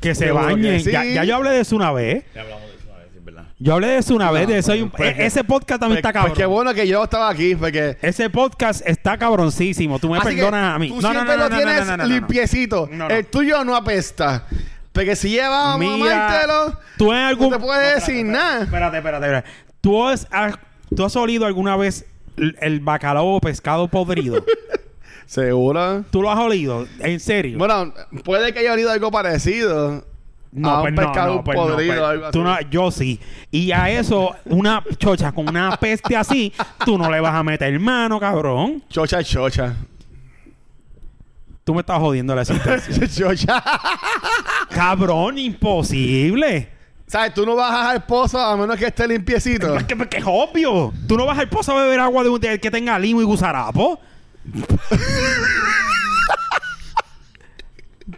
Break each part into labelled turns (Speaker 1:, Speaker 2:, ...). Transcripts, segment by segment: Speaker 1: Que se
Speaker 2: Seguro que
Speaker 1: bañen.
Speaker 2: sí.
Speaker 1: Ya, ya yo hablé de eso una vez.
Speaker 3: Ya hablamos de eso una vez, es verdad.
Speaker 1: Yo hablé de eso una vez. De eso hay un-
Speaker 3: pues,
Speaker 1: e- ese podcast también está cabrón.
Speaker 2: pues, qué bueno que yo estaba aquí, porque...
Speaker 1: Ese podcast está cabroncísimo. Tú me
Speaker 2: Así que
Speaker 1: perdonas a mí.
Speaker 2: Tú siempre lo tienes limpiecito.
Speaker 1: No, no.
Speaker 2: El tuyo no apesta. Porque si llevamos
Speaker 1: Mira,
Speaker 2: a Martelo,
Speaker 1: tú en algún-
Speaker 2: no te puedes decir nada.
Speaker 1: Espérate, espérate, espérate. ¿Tú has, has- ¿Tú has olido alguna vez el, el bacalao o pescado podrido?
Speaker 2: ¿Seguro?
Speaker 1: ¿Tú lo has olido? ¿En serio?
Speaker 2: Bueno, puede que haya olido algo parecido. a un
Speaker 1: pues
Speaker 2: pescado
Speaker 1: pues
Speaker 2: podrido
Speaker 1: pues,
Speaker 2: algo
Speaker 1: tú no-
Speaker 2: así.
Speaker 1: yo sí. Y a eso, una chocha con una peste así, tú no le vas a meter mano, cabrón.
Speaker 2: Chocha, chocha.
Speaker 1: Tú me estás jodiendo la existencia.
Speaker 2: chocha.
Speaker 1: cabrón, imposible.
Speaker 2: ¿Sabes? Tú no vas a dejar pozo a menos que esté limpiecito.
Speaker 1: Es que, porque es obvio. Tú no vas al pozo a beber agua de un del que tenga limo y gusarapo.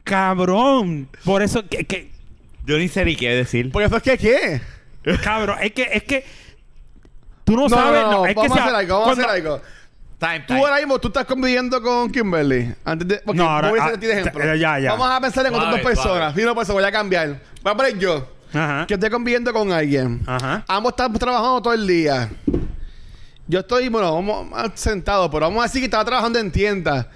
Speaker 1: cabrón. Por eso que, que-
Speaker 3: Yo ni sé ni qué decir.
Speaker 1: Pues,
Speaker 2: Porque eso es que, ¿qué?
Speaker 1: cabrón, es que, es que. Tú no,
Speaker 2: No,
Speaker 1: sabes.
Speaker 2: no, no,
Speaker 1: es que
Speaker 2: vamos a
Speaker 1: sea-
Speaker 2: hacer algo, vamos
Speaker 1: cuando-
Speaker 2: a hacer algo.
Speaker 3: Time,
Speaker 2: Tú
Speaker 3: time.
Speaker 2: ahora mismo, tú estás conviviendo con Kimberly. Antes de, porque
Speaker 1: No, ahora-
Speaker 2: voy a
Speaker 1: ah,
Speaker 2: hacer a ti de ejemplo.
Speaker 1: eh, ya, ya.
Speaker 2: Vamos a pensar en otras dos
Speaker 3: Suave,
Speaker 2: personas.
Speaker 3: suave.
Speaker 2: Si no, pues se voy a cambiar. Voy a poner yo,
Speaker 1: Ajá.
Speaker 2: que estoy conviviendo con alguien.
Speaker 1: Ajá.
Speaker 2: Ambos estamos trabajando todo el día. Yo estoy, bueno, vamos ah, sentado, pero vamos a decir que estaba trabajando en tiendas.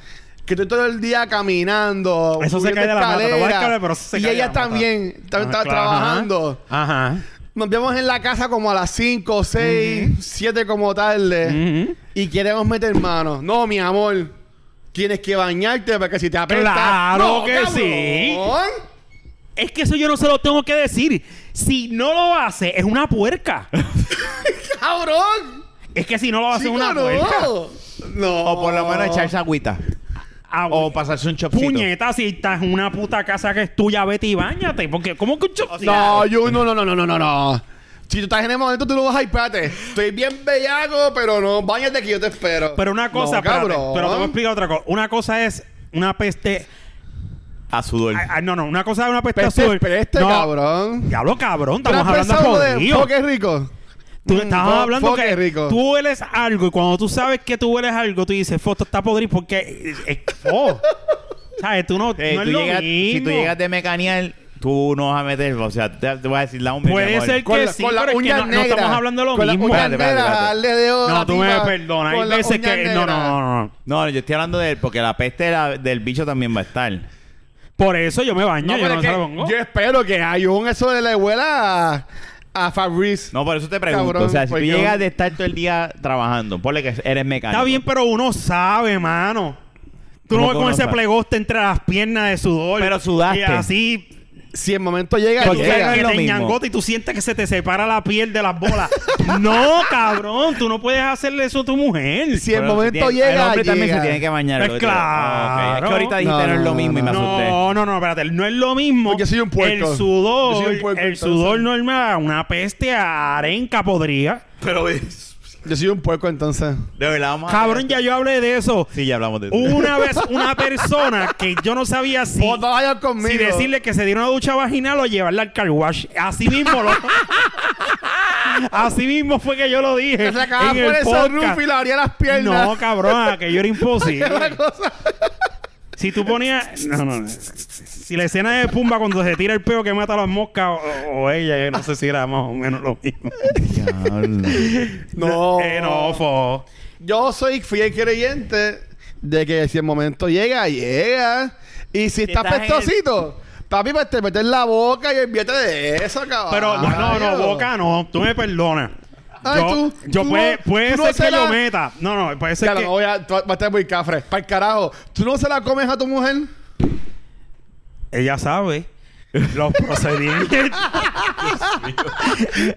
Speaker 2: Que estoy todo el día caminando.
Speaker 1: Eso se
Speaker 2: subiendo
Speaker 1: cae de la mata. Te voy a
Speaker 2: escaleras,
Speaker 1: descargar, pero eso se
Speaker 2: Y
Speaker 1: cae de
Speaker 2: ella
Speaker 1: la mata.
Speaker 2: también, también
Speaker 1: Ajá,
Speaker 2: está
Speaker 1: Ah, claro, ajá.
Speaker 2: trabajando.
Speaker 1: Ajá.
Speaker 2: Nos vemos en la casa como a las 5, 6, 7 como tarde.
Speaker 1: Ujú.
Speaker 2: Y queremos meter mano. No, mi amor. Tienes que bañarte porque si te apesta.
Speaker 1: Claro
Speaker 2: ¡No,
Speaker 1: que
Speaker 2: cabrón!
Speaker 1: sí. Es que eso yo no se lo tengo que decir. Si no lo hace, es una puerca.
Speaker 2: ¡Cabrón!
Speaker 1: es que si no lo hace, es
Speaker 2: Chico,
Speaker 1: una puerca.
Speaker 2: no. No.
Speaker 3: O por lo menos echarse agüita.
Speaker 1: Ah,
Speaker 3: O pasarse un chopcito.
Speaker 1: Puñeta, si estás en una puta casa que es tuya, vete y bañate. Porque, ¿cómo que un chop-
Speaker 2: No, yo no, no, no, no, no, no, no. Si tú estás en el momento, tú lo vas a espérate. Estoy bien bellaco, pero no, bañate que yo te espero.
Speaker 1: Pero una cosa,
Speaker 2: No,
Speaker 1: espérate,
Speaker 2: cabrón.
Speaker 1: pero te voy a explicar otra cosa. Una cosa es una peste.
Speaker 3: A sudor.
Speaker 1: ah, ah, no, no, una cosa es una peste,
Speaker 2: Peste,
Speaker 1: azul.
Speaker 2: peste,
Speaker 1: no,
Speaker 2: cabrón.
Speaker 1: Diablo, cabrón, estamos
Speaker 2: Pero
Speaker 1: hablando
Speaker 2: empezamos de
Speaker 1: jodido.
Speaker 2: Foque rico.
Speaker 1: Tú
Speaker 2: Mm,
Speaker 1: estabas
Speaker 2: fo-
Speaker 1: hablando
Speaker 2: foque
Speaker 1: que
Speaker 2: rico.
Speaker 1: tú hueles algo y cuando tú sabes que tú hueles algo, tú dices, foto está podrido porque. eh, eh, oh. ¿Sabes? Tú no,
Speaker 3: Eh,
Speaker 1: no es
Speaker 3: tú
Speaker 1: lo
Speaker 3: llegas-
Speaker 1: mismo.
Speaker 3: si tú llegas de mecanear, tú no vas a meter. O sea, te, te vas a decir la un
Speaker 1: Puede ser que
Speaker 2: Con la-
Speaker 1: sí,
Speaker 2: con la
Speaker 1: pero es que
Speaker 2: uña
Speaker 1: no, no
Speaker 2: negra.
Speaker 1: estamos hablando de lo
Speaker 2: con la
Speaker 1: mismo.
Speaker 2: uña
Speaker 3: Espérate, espérate,
Speaker 2: negra,
Speaker 3: espérate.
Speaker 2: darle dedo a la
Speaker 1: No, tú me
Speaker 2: tipa
Speaker 1: perdonas. Hay
Speaker 2: con la
Speaker 1: veces
Speaker 2: uña
Speaker 1: que. No, no,
Speaker 2: negra.
Speaker 1: no, no.
Speaker 3: No, yo estoy hablando de él porque la peste de la- del bicho también va a estar.
Speaker 1: Por eso yo me baño.
Speaker 2: No,
Speaker 1: yo
Speaker 2: pero
Speaker 1: no
Speaker 2: es
Speaker 1: se
Speaker 2: que
Speaker 1: lo pongo.
Speaker 2: yo espero que hay un eso de la abuela a, a Fabrice.
Speaker 3: No, por eso te pregunto.
Speaker 2: Cabrón,
Speaker 3: o sea, si tú
Speaker 1: pues
Speaker 2: porque-
Speaker 3: llegas de estar todo el día trabajando, ponle que eres mecánico.
Speaker 1: Está bien, pero uno sabe, mano. Tú no
Speaker 3: ¿Cómo
Speaker 1: vas
Speaker 3: que
Speaker 1: con
Speaker 3: uno
Speaker 1: ese
Speaker 3: sabe?
Speaker 1: plegoste entre las piernas de sudor.
Speaker 3: Pero sudaste.
Speaker 1: Y así.
Speaker 2: Si el momento llega,
Speaker 3: Porque
Speaker 2: llega.
Speaker 3: no
Speaker 1: que
Speaker 3: es lo
Speaker 1: te
Speaker 3: mismo.
Speaker 1: ñangota y tú sientes que se te separa la piel de las bolas. no, cabrón. Tú no puedes hacerle eso a tu mujer.
Speaker 2: Si el
Speaker 3: Pero
Speaker 2: momento
Speaker 3: se tiene-
Speaker 2: llega,
Speaker 3: El hombre también
Speaker 2: llega.
Speaker 3: se tiene que bañar.
Speaker 1: Pues
Speaker 3: lo que te-
Speaker 1: claro.
Speaker 3: Ah, ok. Es que ahorita dijiste
Speaker 2: No,
Speaker 3: no, es lo
Speaker 2: no,
Speaker 3: mismo y me asusté.
Speaker 1: No, no, no, espérate. No es lo mismo.
Speaker 3: Pues
Speaker 2: Porque soy un puerco.
Speaker 1: El sudor.
Speaker 2: Yo soy un puerco,
Speaker 1: el
Speaker 2: entonces.
Speaker 1: sudor normal. Una peste a arenca podría.
Speaker 3: Pero es-
Speaker 2: Yo soy un puerco entonces.
Speaker 3: De verdad, vamos a-
Speaker 1: Cabrón, ya yo hablé de eso.
Speaker 3: Sí, ya hablamos de eso.
Speaker 1: Una vez una persona que yo no sabía si,
Speaker 2: Vos no vayas conmigo.
Speaker 1: si decirle que se diera una ducha vaginal o llevarla al car wash. Así mismo lo... Así mismo fue que yo lo dije.
Speaker 2: que se acaba
Speaker 1: en
Speaker 2: por
Speaker 1: el
Speaker 2: esa
Speaker 1: podcast.
Speaker 2: rufa y le abría las piernas.
Speaker 1: No, cabrón, que yo era
Speaker 2: Es la
Speaker 1: imposible.
Speaker 2: cosa.
Speaker 1: Si tú ponías. No, no, no. Si la escena de Pumba cuando se tira el peo que mata a las moscas o, o ella, yo no sé si era más o menos lo mismo.
Speaker 3: Diablo.
Speaker 2: No.
Speaker 1: Eh, no, fo.
Speaker 2: Yo soy fiel creyente de que si el momento llega, llega. Y si estás
Speaker 3: estás en el-
Speaker 2: pestosito, papi, pues te metes la boca y olvídate de eso, cabrón.
Speaker 1: Pero no, no, boca no. Tú me perdonas.
Speaker 2: Ay,
Speaker 1: yo
Speaker 2: tú-
Speaker 1: yo
Speaker 2: tú
Speaker 1: puede,
Speaker 2: no-
Speaker 1: puede
Speaker 2: tú no
Speaker 1: ser que
Speaker 2: serás-
Speaker 1: yo meta. No, no, puede ser
Speaker 2: Ya
Speaker 1: que.
Speaker 2: no, voy a, tú vas a estar muy cafre. Para el carajo. ¿Tú no se la comes a tu mujer?
Speaker 1: Ella sabe los procedimientos.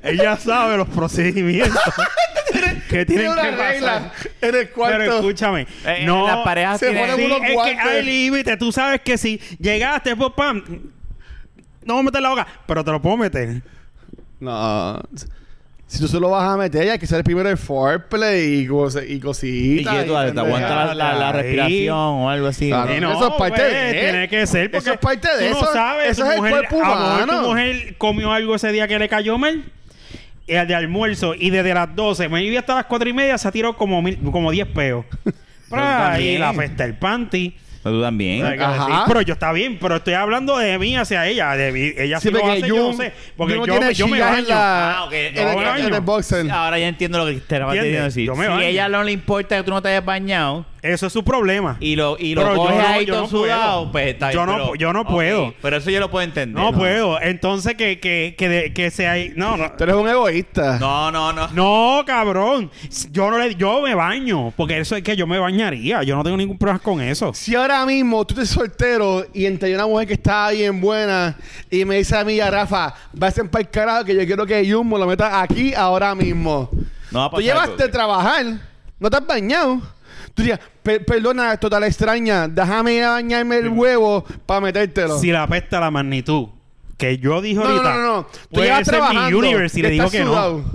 Speaker 1: Ella sabe los procedimientos que
Speaker 2: Tiene
Speaker 1: tienen
Speaker 2: una
Speaker 1: que
Speaker 2: regla
Speaker 1: pasar.
Speaker 2: en el cuarto.
Speaker 1: Pero escúchame,
Speaker 3: Eh,
Speaker 1: no
Speaker 3: las parejas
Speaker 2: se
Speaker 3: tienen-
Speaker 2: pone
Speaker 1: Sí,
Speaker 2: unos
Speaker 1: es que
Speaker 2: guantes.
Speaker 1: hay límite. Tú sabes que si llegaste, pues pam, no voy a meter la boca, pero te lo puedo meter.
Speaker 2: No. Si tú se lo vas a meter, hay que ser primero el foreplay y, cose- y
Speaker 3: ¿Y
Speaker 2: cositas.
Speaker 3: qué tú haces? ¿Te aguantas la, la- la
Speaker 1: Ahí.
Speaker 3: respiración o algo así?
Speaker 2: Claro.
Speaker 1: Y no,
Speaker 2: Ah, Eso es parte
Speaker 1: pues,
Speaker 2: de-
Speaker 1: Tiene que ser.
Speaker 2: Eso
Speaker 1: Porque
Speaker 2: es parte de
Speaker 1: tú
Speaker 2: eso.
Speaker 1: no sabes.
Speaker 2: Eso
Speaker 1: tu
Speaker 2: es el
Speaker 1: mujer-
Speaker 2: cuerpo
Speaker 1: a lo mejor
Speaker 2: humano.
Speaker 1: Tu mujer comió algo ese día que le cayó mal. El de almuerzo. Y desde las 12, me iba hasta las 4 y media, se tiró como, mil, como 10 peos. Pra, y
Speaker 3: también.
Speaker 1: la peste el panty.
Speaker 3: Pero tú también.
Speaker 1: Hay que
Speaker 2: Ajá.
Speaker 1: decir, pero yo está bien, pero estoy hablando de mí hacia ella. De mí- ella sí,
Speaker 2: Sí,
Speaker 1: lo
Speaker 2: porque
Speaker 1: hace, yo, no
Speaker 2: Jun-
Speaker 1: sé. Porque
Speaker 2: Jun
Speaker 1: yo,
Speaker 2: no tiene
Speaker 1: me- yo me
Speaker 2: chillas en
Speaker 1: baño.
Speaker 2: la-
Speaker 3: Ah, ok.
Speaker 2: en
Speaker 3: Yo
Speaker 2: el-
Speaker 1: me baño.
Speaker 2: en el boxer.
Speaker 3: Ahora ya entiendo lo que te estaba
Speaker 1: ¿Entiendes?
Speaker 3: queriendo decir.
Speaker 1: Yo me
Speaker 3: si
Speaker 1: baño.
Speaker 3: ella no le importa que tú no te hayas bañado
Speaker 1: Eso es su problema.
Speaker 3: y lo, y lo
Speaker 1: Pero yo
Speaker 3: coges
Speaker 1: no-
Speaker 3: ahí
Speaker 1: yo
Speaker 3: todo
Speaker 1: no puedo.
Speaker 3: sudado, pues está bien.
Speaker 1: Yo no-
Speaker 3: pero-
Speaker 1: yo no
Speaker 3: ok,
Speaker 1: puedo.
Speaker 3: Pero eso yo lo puedo entender.
Speaker 1: no, puedo. Entonces que, que, que, de- que sea ahí. No, no.
Speaker 2: Tú eres un egoísta.
Speaker 3: No, no, no.
Speaker 1: No, cabrón. Yo no le, yo me baño. Porque eso es que yo me bañaría. Yo no tengo ningún problema con eso.
Speaker 2: Si ahora mismo tú eres soltero y entre una mujer que está bien buena y me dice a mí, a Rafa, vas a el carajo que yo quiero que Jumbo lo meta aquí ahora mismo.
Speaker 3: No va a
Speaker 2: tú
Speaker 3: pasar,
Speaker 2: llevaste
Speaker 3: porque-
Speaker 2: a trabajar, no te has bañado. Tú dirías, "Per- perdona, total extraña, déjame ir a bañarme el huevo para metértelo.
Speaker 1: Si la apesta la magnitud que yo dije
Speaker 2: no, no,
Speaker 1: ahorita.
Speaker 2: no, no, no. Tú
Speaker 1: puede
Speaker 2: llevas
Speaker 1: ser mi
Speaker 2: trabajando.
Speaker 1: universe y le
Speaker 2: ya
Speaker 1: digo
Speaker 2: estás
Speaker 1: que no.
Speaker 2: sudado.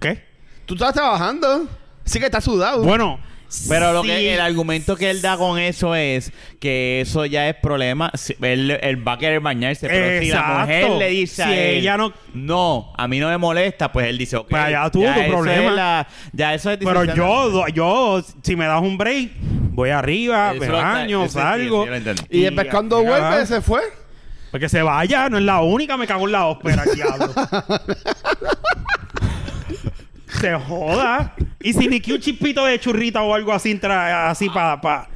Speaker 1: ¿Qué?
Speaker 2: Tú estás trabajando. Sí que estás sudado.
Speaker 1: Bueno,
Speaker 3: Pero lo
Speaker 1: sí.
Speaker 3: que el argumento que él da con eso es que eso ya es problema. Si- él, él va a querer bañarse, pero si la
Speaker 1: Exacto.
Speaker 3: mujer le dice a
Speaker 1: Si
Speaker 3: él,
Speaker 1: ella no-
Speaker 3: "No, a mí no me molesta, pues él dice, ok.
Speaker 1: Pues allá tú, tu
Speaker 3: eso
Speaker 1: problema.
Speaker 3: es la- ya eso es
Speaker 1: Pero
Speaker 3: decisión-
Speaker 1: yo, do- yo, si me das un break, voy arriba,
Speaker 3: Eso
Speaker 1: me
Speaker 3: lo-
Speaker 1: baño,
Speaker 3: eso sí,
Speaker 1: salgo.
Speaker 3: sí, lo entiendo.
Speaker 2: y después cuando
Speaker 1: ya,
Speaker 2: vuelve, se fue.
Speaker 1: Porque Pues se vaya, no es la única, me cago en la ópera, diablo. se joda. Y si ni que un chispito de churrita o algo así entra así para. Pa,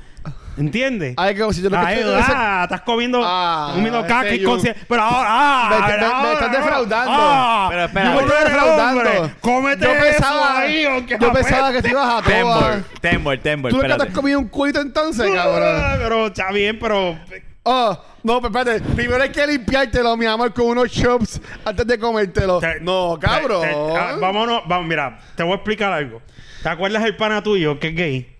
Speaker 1: ¿Entiendes?
Speaker 2: Ay, que si yo no
Speaker 1: Ay, ah, estás comiendo,
Speaker 2: Ah,
Speaker 1: comiendo
Speaker 2: ese
Speaker 1: caca y
Speaker 2: yo-
Speaker 1: consci- Pero ahora, ah,
Speaker 2: Me- me- me
Speaker 1: ahora,
Speaker 2: estás
Speaker 1: ahora,
Speaker 2: defraudando.
Speaker 1: ah,
Speaker 3: Pero espera,
Speaker 1: yo
Speaker 3: me
Speaker 1: eres
Speaker 2: estás defraudando.
Speaker 1: hombre, Cómete
Speaker 2: yo
Speaker 1: eso
Speaker 2: pensaba,
Speaker 1: ahí, aunque
Speaker 2: yo pensaba que te ibas a
Speaker 3: Tembor,
Speaker 2: tomar.
Speaker 3: Tembor, Tembor,
Speaker 2: ¿Tú nunca te has
Speaker 3: espérate.
Speaker 2: comido un culito entonces, cabrón?
Speaker 1: Ah, Pero está bien, pero.
Speaker 2: Oh, no, pero espérate. Primero hay que limpiártelo, mi amor, con unos chops antes de comértelo.
Speaker 1: te-
Speaker 2: no,
Speaker 1: te-
Speaker 2: cabrón.
Speaker 1: te- ah, vámonos, vamos, mira, te voy a explicar algo. ¿Te acuerdas el pana tuyo que es gay?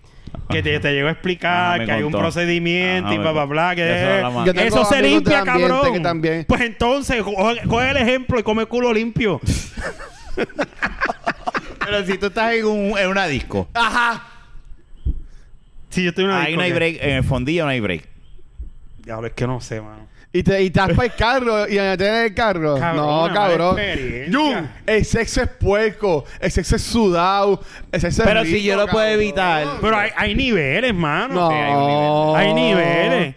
Speaker 1: Que te, te llegó a
Speaker 3: Ajá,
Speaker 1: explicar
Speaker 3: me
Speaker 1: que hay un
Speaker 3: contó.
Speaker 1: procedimiento
Speaker 3: Ajá,
Speaker 1: y
Speaker 3: me
Speaker 1: bla, bla,
Speaker 3: contó.
Speaker 1: bla.
Speaker 3: Ya se lo
Speaker 1: Que
Speaker 3: hablamos.
Speaker 1: que
Speaker 2: Yo tengo
Speaker 1: eso se
Speaker 2: amigos
Speaker 1: limpia,
Speaker 2: de ambiente
Speaker 1: cabrón.
Speaker 2: que también.
Speaker 1: Pues entonces, coge, coge el ejemplo y come culo limpio.
Speaker 3: Pero si tú estás en, un- en una disco,
Speaker 2: Ajá.
Speaker 1: Si yo estoy en una
Speaker 3: ahí
Speaker 1: disco,
Speaker 3: no Ah, hay
Speaker 1: ¿qué?
Speaker 3: break, en el fondillo no hay break.
Speaker 1: Diablo, es que no sé, mano.
Speaker 2: Y te, y te vas para el carro y a meter en el carro.
Speaker 1: Cabrón, una
Speaker 2: no, cabrón.
Speaker 1: mala experiencia.
Speaker 2: Jun, el sexo es puerco. El sexo es sudado. El sexo es
Speaker 3: Pero si
Speaker 2: rico,
Speaker 3: yo lo puedo
Speaker 2: cabrón.
Speaker 3: evitar.
Speaker 1: Pero hay, hay niveles, mano.
Speaker 2: No.
Speaker 3: Sí, hay un nivel.
Speaker 1: Hay niveles.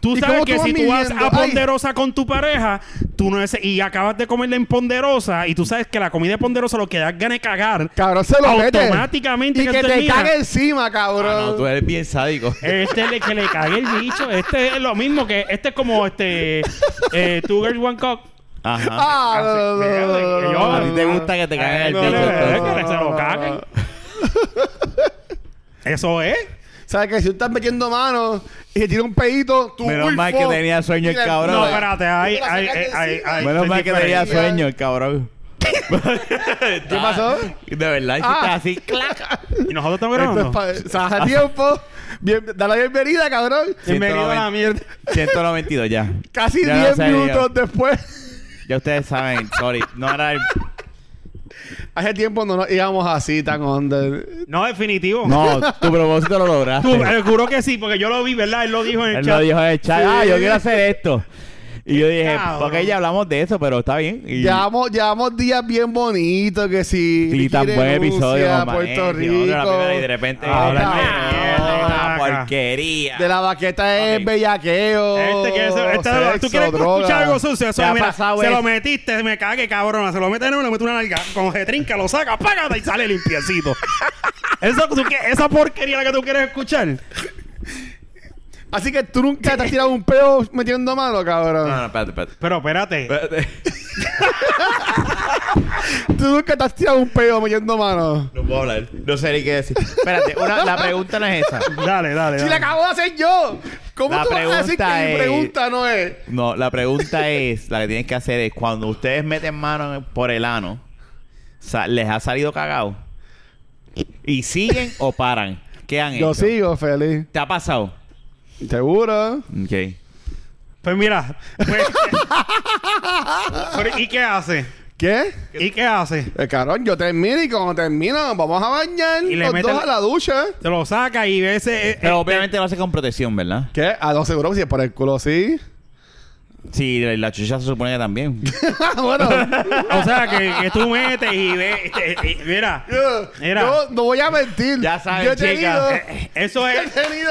Speaker 1: Tú
Speaker 2: Oh. ¿Y
Speaker 1: sabes
Speaker 2: cómo
Speaker 1: que
Speaker 2: tú vas
Speaker 1: si tú vas
Speaker 2: midiendo?
Speaker 1: a
Speaker 2: Ay.
Speaker 1: Ponderosa con tu pareja, tú no es, y acabas de comerla en Ponderosa, y tú sabes que la comida de Ponderosa lo que da es ganas de cagar.
Speaker 2: Cabrón, se lo mete.
Speaker 1: Automáticamente
Speaker 2: Y
Speaker 1: que
Speaker 2: que
Speaker 1: tú
Speaker 2: te
Speaker 1: terminas.
Speaker 2: cague encima, cabrón.
Speaker 3: Ah, no, tú eres bien sádico.
Speaker 1: Este es el que le cague el bicho. Este es lo mismo que. Este es como este. Eh, two Girls One Cup.
Speaker 3: Ajá.
Speaker 2: Ah, no, no, no, no, no, no,
Speaker 1: A ti te
Speaker 2: no,
Speaker 3: gusta que te caguen el
Speaker 2: no,
Speaker 3: bicho, pues.
Speaker 2: no,
Speaker 3: entonces.
Speaker 2: no, no,
Speaker 1: Se lo
Speaker 2: no,
Speaker 1: caguen.
Speaker 2: no.
Speaker 1: Eso es.
Speaker 2: ¿Sabes que Si tú estás metiendo mano y te tira un pedito, tú.
Speaker 3: Menos
Speaker 2: uy,
Speaker 3: mal
Speaker 2: fo-
Speaker 3: que tenía sueño el
Speaker 2: y le-
Speaker 3: cabrón.
Speaker 1: No, espérate, hay-
Speaker 2: Tú la
Speaker 1: hay-
Speaker 2: sacaste
Speaker 1: hay-
Speaker 2: encima.
Speaker 1: hay-
Speaker 3: Menos
Speaker 1: Soy
Speaker 3: mal que tenía
Speaker 2: diferente.
Speaker 3: sueño el cabrón. Pues,
Speaker 2: ¿Qué pasó?
Speaker 3: De verdad,
Speaker 2: Ah.
Speaker 3: está así, clac.
Speaker 1: Y nosotros estamos
Speaker 2: Esto
Speaker 1: grabando.
Speaker 2: es pa- o sea, a tiempo. Bien, da la bienvenida, cabrón.
Speaker 1: Bienvenido a la
Speaker 3: 190.
Speaker 1: mierda.
Speaker 3: 192 ya.
Speaker 2: Casi
Speaker 3: Ya
Speaker 2: 10
Speaker 3: lo sé,
Speaker 2: minutos
Speaker 3: Ya,
Speaker 2: después.
Speaker 3: Ya ustedes saben, sorry. No era el...
Speaker 2: Hace tiempo no nos íbamos así tan onda.
Speaker 1: No, definitivo.
Speaker 3: No, tu propósito lo lograste.
Speaker 1: Tú, eh, juro que sí, porque yo lo vi, ¿verdad? Él lo dijo en el
Speaker 3: Él
Speaker 1: chat.
Speaker 3: lo dijo en el chat.
Speaker 2: Sí.
Speaker 3: Ah, yo quiero hacer esto. Y yo dije,
Speaker 1: Cabrón.
Speaker 3: ok, ya hablamos de eso, pero está bien. Y
Speaker 2: Llevamos, llevamos días bien bonitos, que si.
Speaker 3: y tan
Speaker 2: Quiere
Speaker 3: buen episodio,
Speaker 2: Rusia,
Speaker 3: mamá.
Speaker 2: Puerto
Speaker 3: Eh, y otra, la
Speaker 2: Rico.
Speaker 3: primera, y de repente...
Speaker 1: Ah,
Speaker 2: habla
Speaker 3: Ah,
Speaker 1: mierda.
Speaker 3: una porquería.
Speaker 2: De la baqueta es
Speaker 3: Ok.
Speaker 2: bellaqueo.
Speaker 1: Este que es, este,
Speaker 2: sexo,
Speaker 1: tú quieres
Speaker 2: droga.
Speaker 1: escuchar algo sucio, eso
Speaker 3: Ya
Speaker 1: es,
Speaker 3: ha
Speaker 1: mira,
Speaker 3: pasado
Speaker 1: se
Speaker 3: eso.
Speaker 1: lo metiste, me cague cabrona, se lo mete en uno, le mete una nalga, con se trinca, lo saca, págate y sale limpiecito. Eso, tú que- esa porquería la que tú quieres escuchar.
Speaker 2: Así que tú nunca te has tirado un peo metiendo mano, cabrón.
Speaker 3: No, no, espérate, espérate.
Speaker 1: Pero espérate,
Speaker 3: Espérate.
Speaker 2: Tú nunca te has tirado un peo metiendo mano.
Speaker 3: No puedo hablar. No sé ni qué decir. Espérate, una- la pregunta no es esa.
Speaker 1: dale, dale.
Speaker 2: Si
Speaker 1: dale.
Speaker 2: la acabo de hacer yo. ¿Cómo
Speaker 3: Ah. La
Speaker 2: tú vas a decir que
Speaker 3: pregunta
Speaker 2: mi
Speaker 3: es-
Speaker 2: pregunta no es?
Speaker 3: No, la pregunta es, la que tienes que hacer es, cuando ustedes meten mano en- por el ano, sa- ¿les ha salido cagado? ¿Y siguen o paran? ¿Qué han
Speaker 2: Yo
Speaker 3: hecho?
Speaker 2: sigo, feliz.
Speaker 3: ¿Te ha pasado?
Speaker 2: Seguro.
Speaker 3: Ok.
Speaker 1: Pues mira, pues- Pero, ¿y qué hace?
Speaker 2: ¿Qué?
Speaker 1: ¿Y qué hace?
Speaker 2: Eh, cabrón, yo termino y cuando termino nos vamos a bañar
Speaker 1: Y le
Speaker 2: los
Speaker 1: meten-
Speaker 2: dos a la ducha.
Speaker 1: Se lo saca y
Speaker 2: Este-
Speaker 1: ve ese... eh,
Speaker 3: Pero
Speaker 1: eh,
Speaker 2: Ah,
Speaker 3: obviamente lo hace con protección, ¿verdad?
Speaker 2: ¿Qué? A dos seguro, si es por el culo, sí.
Speaker 3: Sí, la, la chucha se supone que también.
Speaker 2: Ah, bueno,
Speaker 1: eh, O sea, que, que tú metes y ves. y- y- mira,
Speaker 2: yo,
Speaker 1: Mira.
Speaker 2: yo no voy a mentir.
Speaker 3: Ya sabes,
Speaker 2: yo he tenido,
Speaker 3: chica.
Speaker 1: eh, eso
Speaker 2: yo he
Speaker 1: es.
Speaker 2: tenido.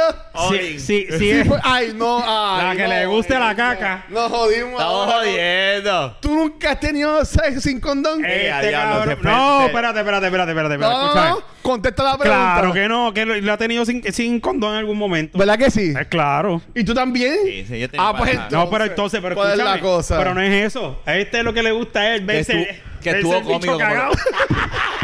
Speaker 1: Si, si, si
Speaker 2: Sí,
Speaker 1: es
Speaker 2: fue- ay, no,
Speaker 1: la
Speaker 2: ay,
Speaker 1: que
Speaker 2: no,
Speaker 1: le guste la
Speaker 2: no.
Speaker 1: caca.
Speaker 2: Nos jodimos.
Speaker 3: Estamos
Speaker 2: ahora.
Speaker 3: jodiendo.
Speaker 2: ¿Tú nunca has tenido sexo sin condón?
Speaker 1: Este
Speaker 3: a diablo,
Speaker 1: cabrón-
Speaker 3: se-
Speaker 1: No,
Speaker 3: se-
Speaker 1: espérate, espérate, espérate, espérate.
Speaker 2: no,
Speaker 1: espérate,
Speaker 2: no,
Speaker 1: escúchame.
Speaker 2: no. Contesta la pregunta.
Speaker 1: Claro que no, que lo, lo ha tenido sin, sin condón en algún momento.
Speaker 2: ¿Verdad que sí?
Speaker 1: Eh, claro.
Speaker 2: ¿Y tú también?
Speaker 3: Sí, sí, yo tenía
Speaker 2: Ah, pues
Speaker 3: pareja.
Speaker 2: entonces-
Speaker 1: No, pero entonces, pero
Speaker 2: ¿cuál es la
Speaker 1: escúchame.
Speaker 2: cosa?
Speaker 1: Pero no es eso. A este lo que le gusta es verse.
Speaker 3: estu- que
Speaker 1: verse
Speaker 3: estuvo
Speaker 1: el bicho
Speaker 3: cómico como-
Speaker 1: cagado.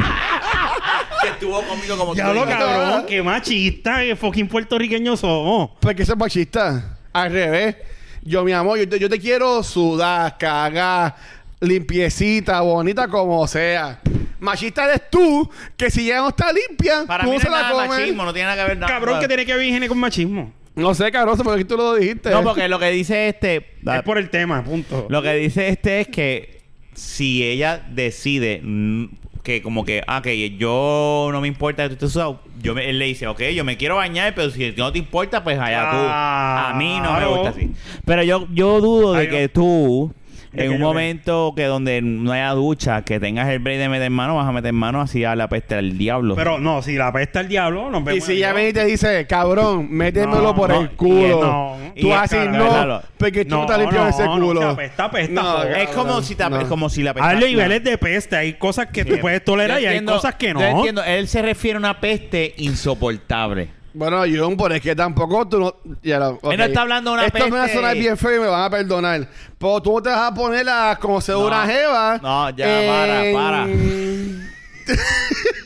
Speaker 3: Que estuvo conmigo como
Speaker 1: Ya lo
Speaker 3: dijiste.
Speaker 1: cabrón, qué machista, que fucking puertorriqueños somos.
Speaker 2: Porque Pues eso es machista. Al revés. Yo, mi amor, yo te, yo te quiero sudar, cagar, limpiecita, bonita como sea. Machista eres tú, que si ya no está limpia,
Speaker 3: Para
Speaker 2: tú
Speaker 3: mí
Speaker 2: no
Speaker 3: no
Speaker 2: se
Speaker 3: es
Speaker 2: la
Speaker 3: nada
Speaker 2: comes.
Speaker 3: machismo, no tiene nada que ver nada.
Speaker 1: Cabrón que tiene que ver higiene con machismo.
Speaker 2: No sé, cabrón, porque tú lo dijiste.
Speaker 3: No, porque lo que dice este...
Speaker 1: Es por el tema, punto.
Speaker 3: Lo que dice este es que si ella decide mm, que como que, ah, que yo no me importa que tú estés sudado, yo me- él le dice, ok, yo me quiero bañar, pero si no te importa, pues allá
Speaker 1: Ah,
Speaker 3: tú. A mí no me
Speaker 1: claro.
Speaker 3: gusta así. Pero yo, yo dudo
Speaker 1: Ay,
Speaker 3: de
Speaker 1: yo-
Speaker 3: que tú,
Speaker 1: de
Speaker 3: en
Speaker 1: que
Speaker 3: un
Speaker 1: yo-
Speaker 3: momento que donde no haya ducha, que tengas el break de meter mano, vas a meter mano así a la peste al diablo.
Speaker 1: Pero no, si la apesta el diablo, nos vemos.
Speaker 2: Y si ya
Speaker 1: adiós.
Speaker 2: ven y te dice, cabrón, métemelo
Speaker 1: No,
Speaker 2: por
Speaker 1: no,
Speaker 2: el culo.
Speaker 1: y es- no.
Speaker 2: tú
Speaker 3: Y es
Speaker 2: haces
Speaker 3: cara,
Speaker 2: no,
Speaker 3: claro.
Speaker 2: porque tú no,
Speaker 1: No,
Speaker 2: estás limpiando
Speaker 1: no,
Speaker 2: ese
Speaker 1: no,
Speaker 2: culo.
Speaker 1: se apesta, apesta, joder.
Speaker 3: es como si, te,
Speaker 2: no.
Speaker 3: es como si la peste...
Speaker 1: Hay
Speaker 2: Pues,
Speaker 1: niveles de peste, hay cosas que tú puedes tolerar y hay cosas que no.
Speaker 3: Yo entiendo, él se refiere a una peste insoportable.
Speaker 2: Bueno, Jun, pero es que tampoco tú no. Ya lo- ok.
Speaker 3: Él no está hablando de una
Speaker 2: Esto me va a
Speaker 3: peste.
Speaker 2: sonar bien feo y me van a perdonar. Pero tú no te vas a poner a conocer
Speaker 3: No.
Speaker 2: una jeva.
Speaker 3: No, ya, para, para.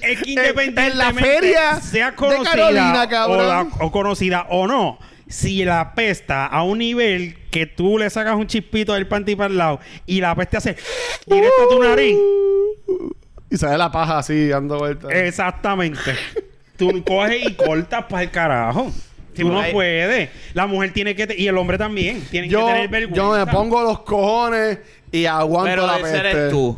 Speaker 1: Es que independientemente
Speaker 2: en la feria
Speaker 1: sea
Speaker 2: de
Speaker 1: conocida
Speaker 2: Carolina, cabrón.
Speaker 1: o, la- o conocida o no, si la apesta a un nivel que tú le sacas un chispito del panty para el lado y la peste hace directo a tu nariz,
Speaker 2: Uh. Y sale la paja así, dando vueltas.
Speaker 1: exactamente. Tú coges y cortas para el carajo.
Speaker 3: Sí,
Speaker 1: tú
Speaker 3: porque
Speaker 1: no
Speaker 3: hay-
Speaker 1: puedes. La mujer tiene que te- y el hombre también tienen
Speaker 2: yo,
Speaker 1: que tener vergüenza.
Speaker 2: yo me pongo los cojones y aguanto
Speaker 3: Pero
Speaker 2: la
Speaker 3: ese
Speaker 2: peste.
Speaker 3: eres tú.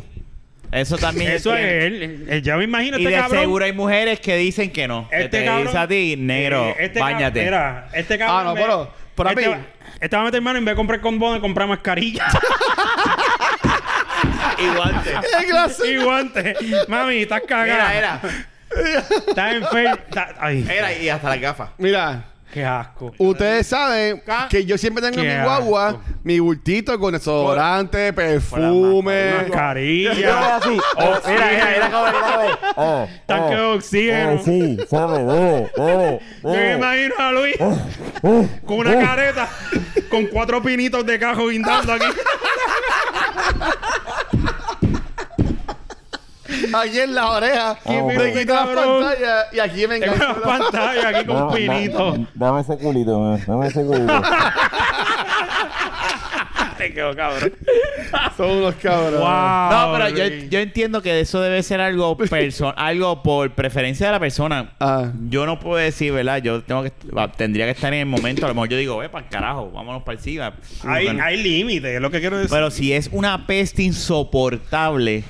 Speaker 3: Eso también
Speaker 1: Eso es
Speaker 3: tiene-
Speaker 1: él. él- él- Ya me imagino
Speaker 3: Y
Speaker 1: este
Speaker 3: de
Speaker 1: cabrón.
Speaker 3: seguro hay mujeres que dicen que no. que
Speaker 1: Este
Speaker 3: te
Speaker 1: cabrón.
Speaker 3: dice a ti, negro,
Speaker 1: eh, este cab-
Speaker 3: báñate.
Speaker 1: Mira, este cabrón.
Speaker 2: Ah, no,
Speaker 1: me-
Speaker 2: pero- pero a
Speaker 1: este,
Speaker 2: mí-
Speaker 1: va, este va a meter mano y en vez de comprar condón, comprar mascarilla
Speaker 3: Igual te.
Speaker 2: ¡Qué clase!
Speaker 1: y guantes. Mami, estás cagada.
Speaker 3: Era, era.
Speaker 1: Estás enfermo. Estás- Ay,
Speaker 3: Era, y hasta las gafas.
Speaker 2: Mira,
Speaker 1: qué asco.
Speaker 2: ustedes saben
Speaker 3: Ca-
Speaker 2: que yo siempre tengo
Speaker 1: Qué
Speaker 2: en mi guagua,
Speaker 1: asco.
Speaker 2: mi bultito con desodorante, perfume.
Speaker 1: Mascarilla.
Speaker 4: así.
Speaker 1: Oh, mira, mira, mira.
Speaker 4: como Oh,
Speaker 1: Tanque de oxígeno.
Speaker 4: oh, sí, sabe, oh, oh,
Speaker 1: Yo me
Speaker 4: oh,
Speaker 1: imagino a Luis
Speaker 4: oh.
Speaker 1: con una careta, con cuatro pinitos de cajo guindando aquí.
Speaker 2: Aquí en las orejas.
Speaker 4: Oh,
Speaker 2: me
Speaker 4: este
Speaker 2: quito las
Speaker 1: cabrón.
Speaker 2: pantallas y aquí me
Speaker 1: en
Speaker 2: engancho.
Speaker 1: una pantalla aquí con
Speaker 4: Dame-
Speaker 1: un pinito.
Speaker 4: dame- Dame ese culito, eh, dame ese culito.
Speaker 1: Te quedó cabrón.
Speaker 2: Son unos cabros.
Speaker 1: Wow.
Speaker 3: No, pero yo,
Speaker 1: Luis.
Speaker 3: yo entiendo que eso debe ser algo perso- algo por preferencia de la persona.
Speaker 2: Ah.
Speaker 3: Yo no puedo decir, ¿verdad? Yo tengo que va, tendría que estar en el momento. A lo mejor yo digo, ve para carajo, vámonos para el SIGA.
Speaker 1: Hay, hay límites, es lo que quiero decir.
Speaker 3: Pero si es una peste insoportable,